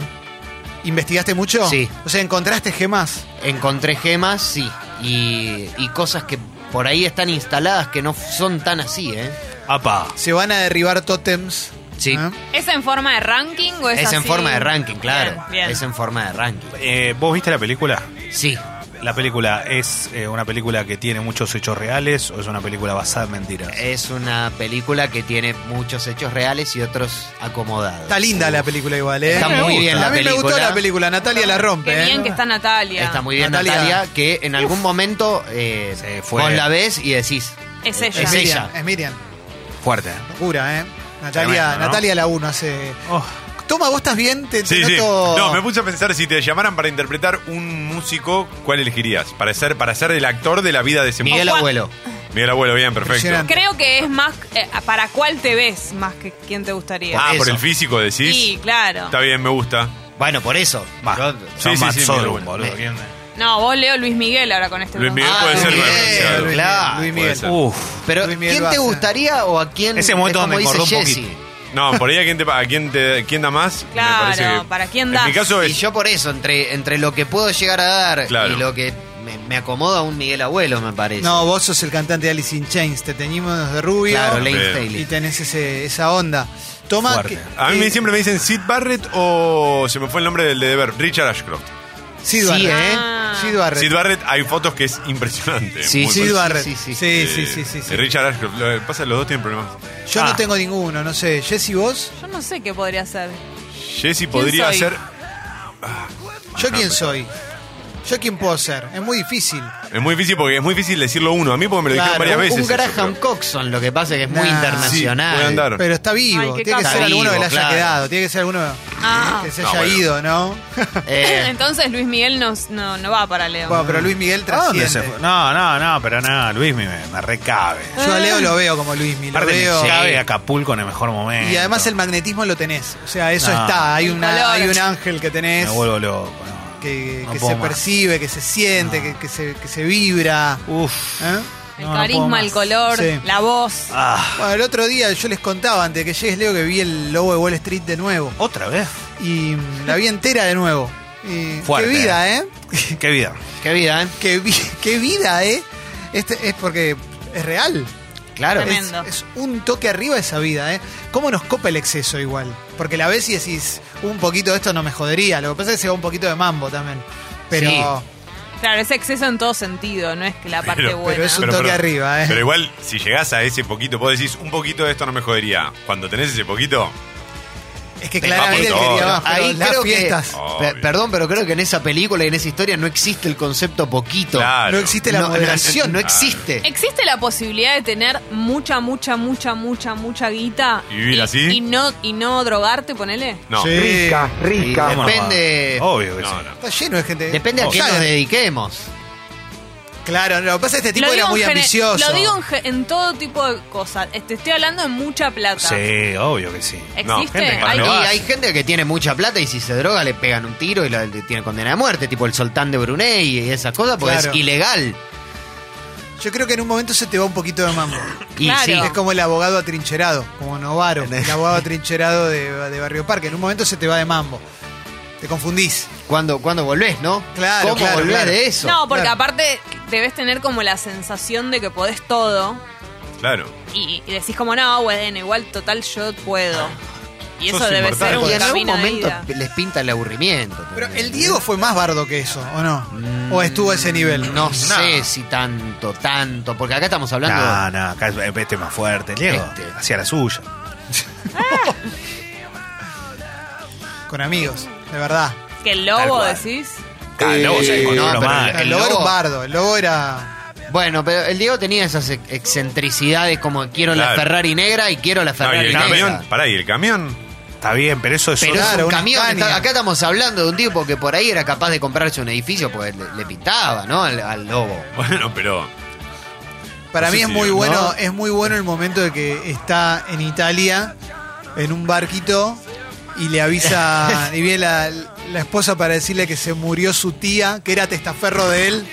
Speaker 1: ¿Investigaste mucho?
Speaker 6: Sí.
Speaker 1: O sea, ¿encontraste gemas?
Speaker 6: Encontré gemas, sí. Y, y cosas que por ahí están instaladas que no son tan así, ¿eh?
Speaker 2: Apa.
Speaker 1: Se van a derribar tótems.
Speaker 6: Sí.
Speaker 1: ¿eh?
Speaker 3: ¿Es en forma de ranking o es
Speaker 6: Es en
Speaker 3: así?
Speaker 6: forma de ranking, claro.
Speaker 3: Bien, bien.
Speaker 6: Es en forma de ranking.
Speaker 2: Eh, ¿Vos viste la película?
Speaker 6: Sí.
Speaker 2: la película es eh, una película que tiene muchos hechos reales o es una película basada en mentiras?
Speaker 1: Eh,
Speaker 6: Es una película que tiene muchos hechos reales y otros acomodados.
Speaker 1: Está linda la película igual, ¿eh?
Speaker 6: Está
Speaker 1: Me
Speaker 6: muy bien
Speaker 1: gusta.
Speaker 6: la
Speaker 1: A mí me gustó
Speaker 6: película.
Speaker 1: la película, Natalia la rompe,
Speaker 3: Qué bien
Speaker 1: ¿eh?
Speaker 3: que está Natalia.
Speaker 6: Está muy bien
Speaker 1: Natalia.
Speaker 6: Natalia, que en algún momento eh,
Speaker 2: Se fue.
Speaker 6: vos la ves y decís.
Speaker 3: Es
Speaker 6: eh,
Speaker 3: ella.
Speaker 1: Es
Speaker 6: Es
Speaker 1: Miriam,
Speaker 6: ella.
Speaker 1: es Miriam.
Speaker 2: Fuerte.
Speaker 1: Locura, ¿eh? Natalia,
Speaker 2: Tremendo, ¿no?
Speaker 1: Natalia la 1 hace...
Speaker 2: Oh.
Speaker 1: Toma, ¿vos estás bien? Te, te
Speaker 4: Sí, sí.
Speaker 1: noto...
Speaker 4: No, me puse a pensar si te llamaran para interpretar un músico, ¿cuál elegirías? Para ser, para ser el actor de la vida de ese
Speaker 6: Miguel
Speaker 4: músico.
Speaker 6: Abuelo.
Speaker 4: Miguel Abuelo, bien, perfecto.
Speaker 1: Impresionante.
Speaker 3: Creo que es más eh, para cuál te ves más que quién te gustaría.
Speaker 4: Ah, por
Speaker 6: Eso.
Speaker 4: el físico decís.
Speaker 3: sí, claro.
Speaker 4: Está bien, me gusta.
Speaker 6: Bueno, por eso.
Speaker 2: Va.
Speaker 6: Yo-
Speaker 2: Sí,
Speaker 4: Sí, sí, sí, Miguel Abuelo.
Speaker 2: Ah, boludo. ¿Quién?
Speaker 3: No, vos leo Luis Miguel ahora con este
Speaker 4: Luis
Speaker 3: bronce.
Speaker 4: Miguel puede
Speaker 6: Ah, Luis
Speaker 4: ser
Speaker 6: Miguel,
Speaker 4: referenciado.
Speaker 1: Luis
Speaker 6: claro.
Speaker 1: Miguel, Luis Miguel.
Speaker 2: Uf.
Speaker 6: Pero,
Speaker 1: Luis Miguel
Speaker 6: ¿quién
Speaker 1: lo
Speaker 6: te
Speaker 1: hace.
Speaker 6: gustaría o a quién?
Speaker 2: Ese momento
Speaker 6: es
Speaker 2: donde
Speaker 6: como dice
Speaker 2: engordó un
Speaker 6: Jessy.
Speaker 2: poquito.
Speaker 4: No, por ahí a quién, te, pa- a quién, te, quién da más. me
Speaker 3: Claro,
Speaker 4: parece que-
Speaker 3: ¿para quién
Speaker 4: En
Speaker 3: das?
Speaker 4: mi caso
Speaker 6: Y
Speaker 4: es.
Speaker 6: yo por eso, entre, entre lo que puedo llegar a dar
Speaker 4: Claro.
Speaker 6: y lo que me, me acomoda un Miguel Abuelo, me parece.
Speaker 1: No, vos sos el cantante de Alice in Chains. Te teñimos de rubio
Speaker 6: claro, Lane
Speaker 4: Bien.
Speaker 1: y
Speaker 6: Staley.
Speaker 1: tenés ese- esa onda. Toma...
Speaker 2: Fuerte.
Speaker 4: A mí me-
Speaker 1: eh,
Speaker 4: siempre me dicen Sid Barrett o se me fue el nombre del de Deber, Richard Ashcroft.
Speaker 1: Sid
Speaker 6: Sí,
Speaker 1: Barrett.
Speaker 6: ¿eh?
Speaker 3: Ah.
Speaker 1: Sid Barrett.
Speaker 4: Sid Barrett, hay fotos que es impresionante.
Speaker 6: Sí,
Speaker 4: Muy
Speaker 6: sí,
Speaker 1: Sid
Speaker 4: fuerte.
Speaker 1: Barrett. Sí,
Speaker 6: sí,
Speaker 1: sí, sí.
Speaker 6: sí.
Speaker 1: sí,
Speaker 4: Eh,
Speaker 1: sí, sí.
Speaker 4: eh, Richard Ashcroft, lo que pasa es que los dos tienen problemas.
Speaker 1: Yo no
Speaker 2: Ah.
Speaker 1: tengo ninguno, no sé. Jesse, ¿vos?
Speaker 3: Yo no sé qué podría ser.
Speaker 4: Jesse podría
Speaker 3: soy?
Speaker 4: ser.
Speaker 1: ¿Yo quién soy? ¿Yo quién puedo ser? Es muy difícil.
Speaker 4: Es muy difícil porque es muy difícil decirlo uno. A mí porque me lo dijeron
Speaker 1: Claro,
Speaker 4: varias
Speaker 6: Un-
Speaker 4: veces.
Speaker 6: un
Speaker 4: eso,
Speaker 6: Graham
Speaker 4: pero-
Speaker 6: Coxon, lo que pasa es que es muy
Speaker 1: Nah.
Speaker 6: internacional.
Speaker 4: Sí, puede andar.
Speaker 1: Pero está vivo,
Speaker 3: Ay, qué
Speaker 1: tiene que
Speaker 3: capa.
Speaker 1: ser
Speaker 6: Está
Speaker 1: alguno que
Speaker 6: vivo,
Speaker 1: le haya
Speaker 6: claro.
Speaker 1: quedado, tiene que ser alguno
Speaker 3: Ah.
Speaker 1: que se
Speaker 4: No,
Speaker 1: haya
Speaker 4: bueno.
Speaker 1: ido, ¿no?
Speaker 6: Eh,
Speaker 3: Entonces Luis Miguel no, no, no va para Leo.
Speaker 1: Bueno, pero Luis Miguel
Speaker 2: ¿A dónde
Speaker 1: trasciende.
Speaker 2: se fue? No, no, no, pero no, Luis me, me recabe.
Speaker 1: Yo a Leo lo veo como Luis Miguel. Lo
Speaker 2: Aparte,
Speaker 1: veo.
Speaker 2: me cabe Acapulco en el mejor momento.
Speaker 1: Y además el magnetismo lo tenés. O sea, eso
Speaker 2: No.
Speaker 1: está. Hay,
Speaker 3: El
Speaker 1: una,
Speaker 3: color.
Speaker 1: hay un ángel que
Speaker 2: Me
Speaker 1: tenés
Speaker 2: vuelvo loco. no.
Speaker 1: que,
Speaker 2: No
Speaker 1: que
Speaker 2: puedo
Speaker 1: se
Speaker 2: más.
Speaker 1: percibe, que se siente, que, que se, que se vibra.
Speaker 2: Uf.
Speaker 1: ¿Eh?
Speaker 3: El
Speaker 2: No, no
Speaker 3: carisma,
Speaker 2: puedo
Speaker 3: el
Speaker 2: más.
Speaker 3: color,
Speaker 1: Sí.
Speaker 3: la voz.
Speaker 2: Ah,
Speaker 1: Bueno, el otro día yo les contaba antes de que llegues, Leo, que vi el lobo de Wall Street de nuevo.
Speaker 2: otra vez.
Speaker 1: Y mm, la vi entera de nuevo. Y
Speaker 2: Fuerte.
Speaker 1: Qué vida, ¿eh?
Speaker 2: Qué vida.
Speaker 6: qué vida, ¿eh?
Speaker 1: Qué, vi- qué vida, ¿eh? Este es porque es real.
Speaker 6: Claro.
Speaker 3: Tremendo.
Speaker 1: Es, es un toque arriba esa vida, ¿eh? ¿Cómo nos copa el exceso igual? Porque la ves y decís, un poquito de esto no me jodería. Lo que pasa es que se va un poquito de mambo también. Pero
Speaker 6: Sí.
Speaker 3: Claro, es exceso en todo sentido, no es que la parte buena.
Speaker 1: pero es un- toque arriba, eh.
Speaker 4: Pero igual, si llegás a ese poquito, vos decís, un poquito de esto no me jodería. Cuando tenés ese poquito,
Speaker 1: es que
Speaker 4: Pero va
Speaker 1: claramente él
Speaker 4: por
Speaker 1: quería
Speaker 4: todo.
Speaker 1: más. pero
Speaker 6: Ahí
Speaker 1: las
Speaker 6: creo que-
Speaker 1: fiestas.
Speaker 4: Oh,
Speaker 6: Pe-
Speaker 4: Obvio.
Speaker 6: perdón, pero creo que en esa película y en esa historia no existe el concepto poquito.
Speaker 4: claro.
Speaker 1: No existe la
Speaker 6: No, no,
Speaker 1: moderación.
Speaker 6: No, existe.
Speaker 3: ¿Existe la posibilidad de tener mucha, mucha, mucha, mucha, mucha guita?
Speaker 4: ¿Y vivir así?
Speaker 3: Y no, y no drogarte, ponele.
Speaker 4: No.
Speaker 1: Sí.
Speaker 8: Rica,
Speaker 6: Y
Speaker 8: rica.
Speaker 2: Vámonos,
Speaker 6: depende-
Speaker 4: Oh.
Speaker 2: va. Obvio que sí.
Speaker 4: No, no.
Speaker 1: Está lleno de gente.
Speaker 6: Depende a
Speaker 1: Oh,
Speaker 6: qué nos
Speaker 1: Jagger.
Speaker 6: dediquemos.
Speaker 1: Claro, lo que pasa es que este tipo
Speaker 3: Lo
Speaker 1: era
Speaker 3: digo en
Speaker 1: muy
Speaker 3: gene-
Speaker 1: ambicioso.
Speaker 3: Lo digo en, ge- en todo tipo de cosas. Te estoy hablando de mucha plata.
Speaker 2: Sí, obvio que sí.
Speaker 3: ¿Existe?
Speaker 4: No, gente que
Speaker 3: Hay-
Speaker 6: Y
Speaker 4: no
Speaker 6: hay gente que tiene mucha plata y si se droga le pegan un tiro y la, le tiene condena de muerte, tipo el sultán de Brunei y esas cosas, porque
Speaker 1: Claro.
Speaker 6: es ilegal.
Speaker 1: Yo creo que en un momento se te va un poquito de mambo.
Speaker 6: Y
Speaker 3: Claro.
Speaker 6: sí,
Speaker 1: Es como el abogado atrincherado, como Novaro, el abogado atrincherado de, de Barrio Parque. En un momento se te va de mambo. Te confundís.
Speaker 6: cuando, cuando volvés, ¿no?
Speaker 1: Claro,
Speaker 6: ¿Cómo
Speaker 1: claro,
Speaker 6: volvés
Speaker 1: claro.
Speaker 6: de eso?
Speaker 3: No, porque
Speaker 1: claro.
Speaker 3: aparte debes tener como la sensación de que podés todo
Speaker 4: Claro.
Speaker 3: y, y decís como, no, bueno, igual total yo puedo. Y eso
Speaker 4: Sos
Speaker 3: debe
Speaker 4: inmortal.
Speaker 3: ser un
Speaker 6: y en algún
Speaker 3: camino de
Speaker 6: momento
Speaker 3: ida.
Speaker 6: les pinta el aburrimiento.
Speaker 1: Pero el Diego fue más bardo que eso, ¿o no? ¿O estuvo a ese nivel?
Speaker 6: Mm. No sé si tanto, tanto, porque acá estamos hablando...
Speaker 2: No, no, acá es- este es más fuerte, Diego.
Speaker 6: Este.
Speaker 2: Hacía la suya.
Speaker 1: Con amigos, de verdad.
Speaker 3: Que el
Speaker 2: Tal
Speaker 3: lobo
Speaker 2: cual.
Speaker 3: decís.
Speaker 2: Ah, no, o sea,
Speaker 6: Eh,
Speaker 2: con
Speaker 6: no,
Speaker 2: uno
Speaker 6: pero
Speaker 2: más.
Speaker 1: El
Speaker 6: El
Speaker 1: lobo era un
Speaker 6: lobo.
Speaker 1: bardo, el lobo era.
Speaker 6: Bueno, pero el Diego tenía esas ex- excentricidades como quiero la
Speaker 4: Claro.
Speaker 6: Ferrari negra y quiero la
Speaker 4: No, y
Speaker 6: Ferrari
Speaker 4: el
Speaker 6: negra.
Speaker 4: camión, pará, y el camión.
Speaker 2: Está bien, pero eso es
Speaker 6: Pero
Speaker 2: otro-
Speaker 1: Claro,
Speaker 6: es un
Speaker 1: una
Speaker 6: camión.
Speaker 1: Scania.
Speaker 6: está- acá estamos hablando de un tipo que por ahí era capaz de comprarse un edificio porque le, le pintaba, ¿no? Al, al lobo.
Speaker 4: Bueno, pero.
Speaker 1: Para
Speaker 4: No
Speaker 1: mí
Speaker 4: sé
Speaker 1: es
Speaker 4: si
Speaker 1: muy
Speaker 4: digo,
Speaker 1: bueno,
Speaker 4: ¿no?
Speaker 1: es muy bueno el momento de que está en Italia, en un barquito, y le avisa, y viene la, la esposa para decirle que se murió su tía, que era testaferro de él,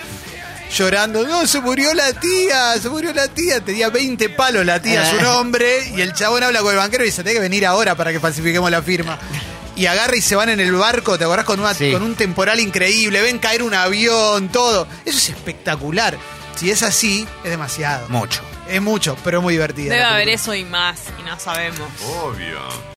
Speaker 1: llorando, no, se murió la tía, se murió la tía, tenía 20 palos la tía,
Speaker 4: Eh.
Speaker 1: su nombre, y el chabón habla con el banquero y dice, tenés que venir ahora para que falsifiquemos la firma. Y agarra y se van en el barco, ¿te acordás? Con, una-
Speaker 6: Sí.
Speaker 1: con un temporal increíble, ven caer un avión, todo. Eso es espectacular. Si es así, es demasiado.
Speaker 2: mucho.
Speaker 1: Es mucho, pero es muy divertida.
Speaker 3: Debe
Speaker 1: la
Speaker 3: haber
Speaker 1: película.
Speaker 3: eso y más, y no sabemos.
Speaker 4: Obvio.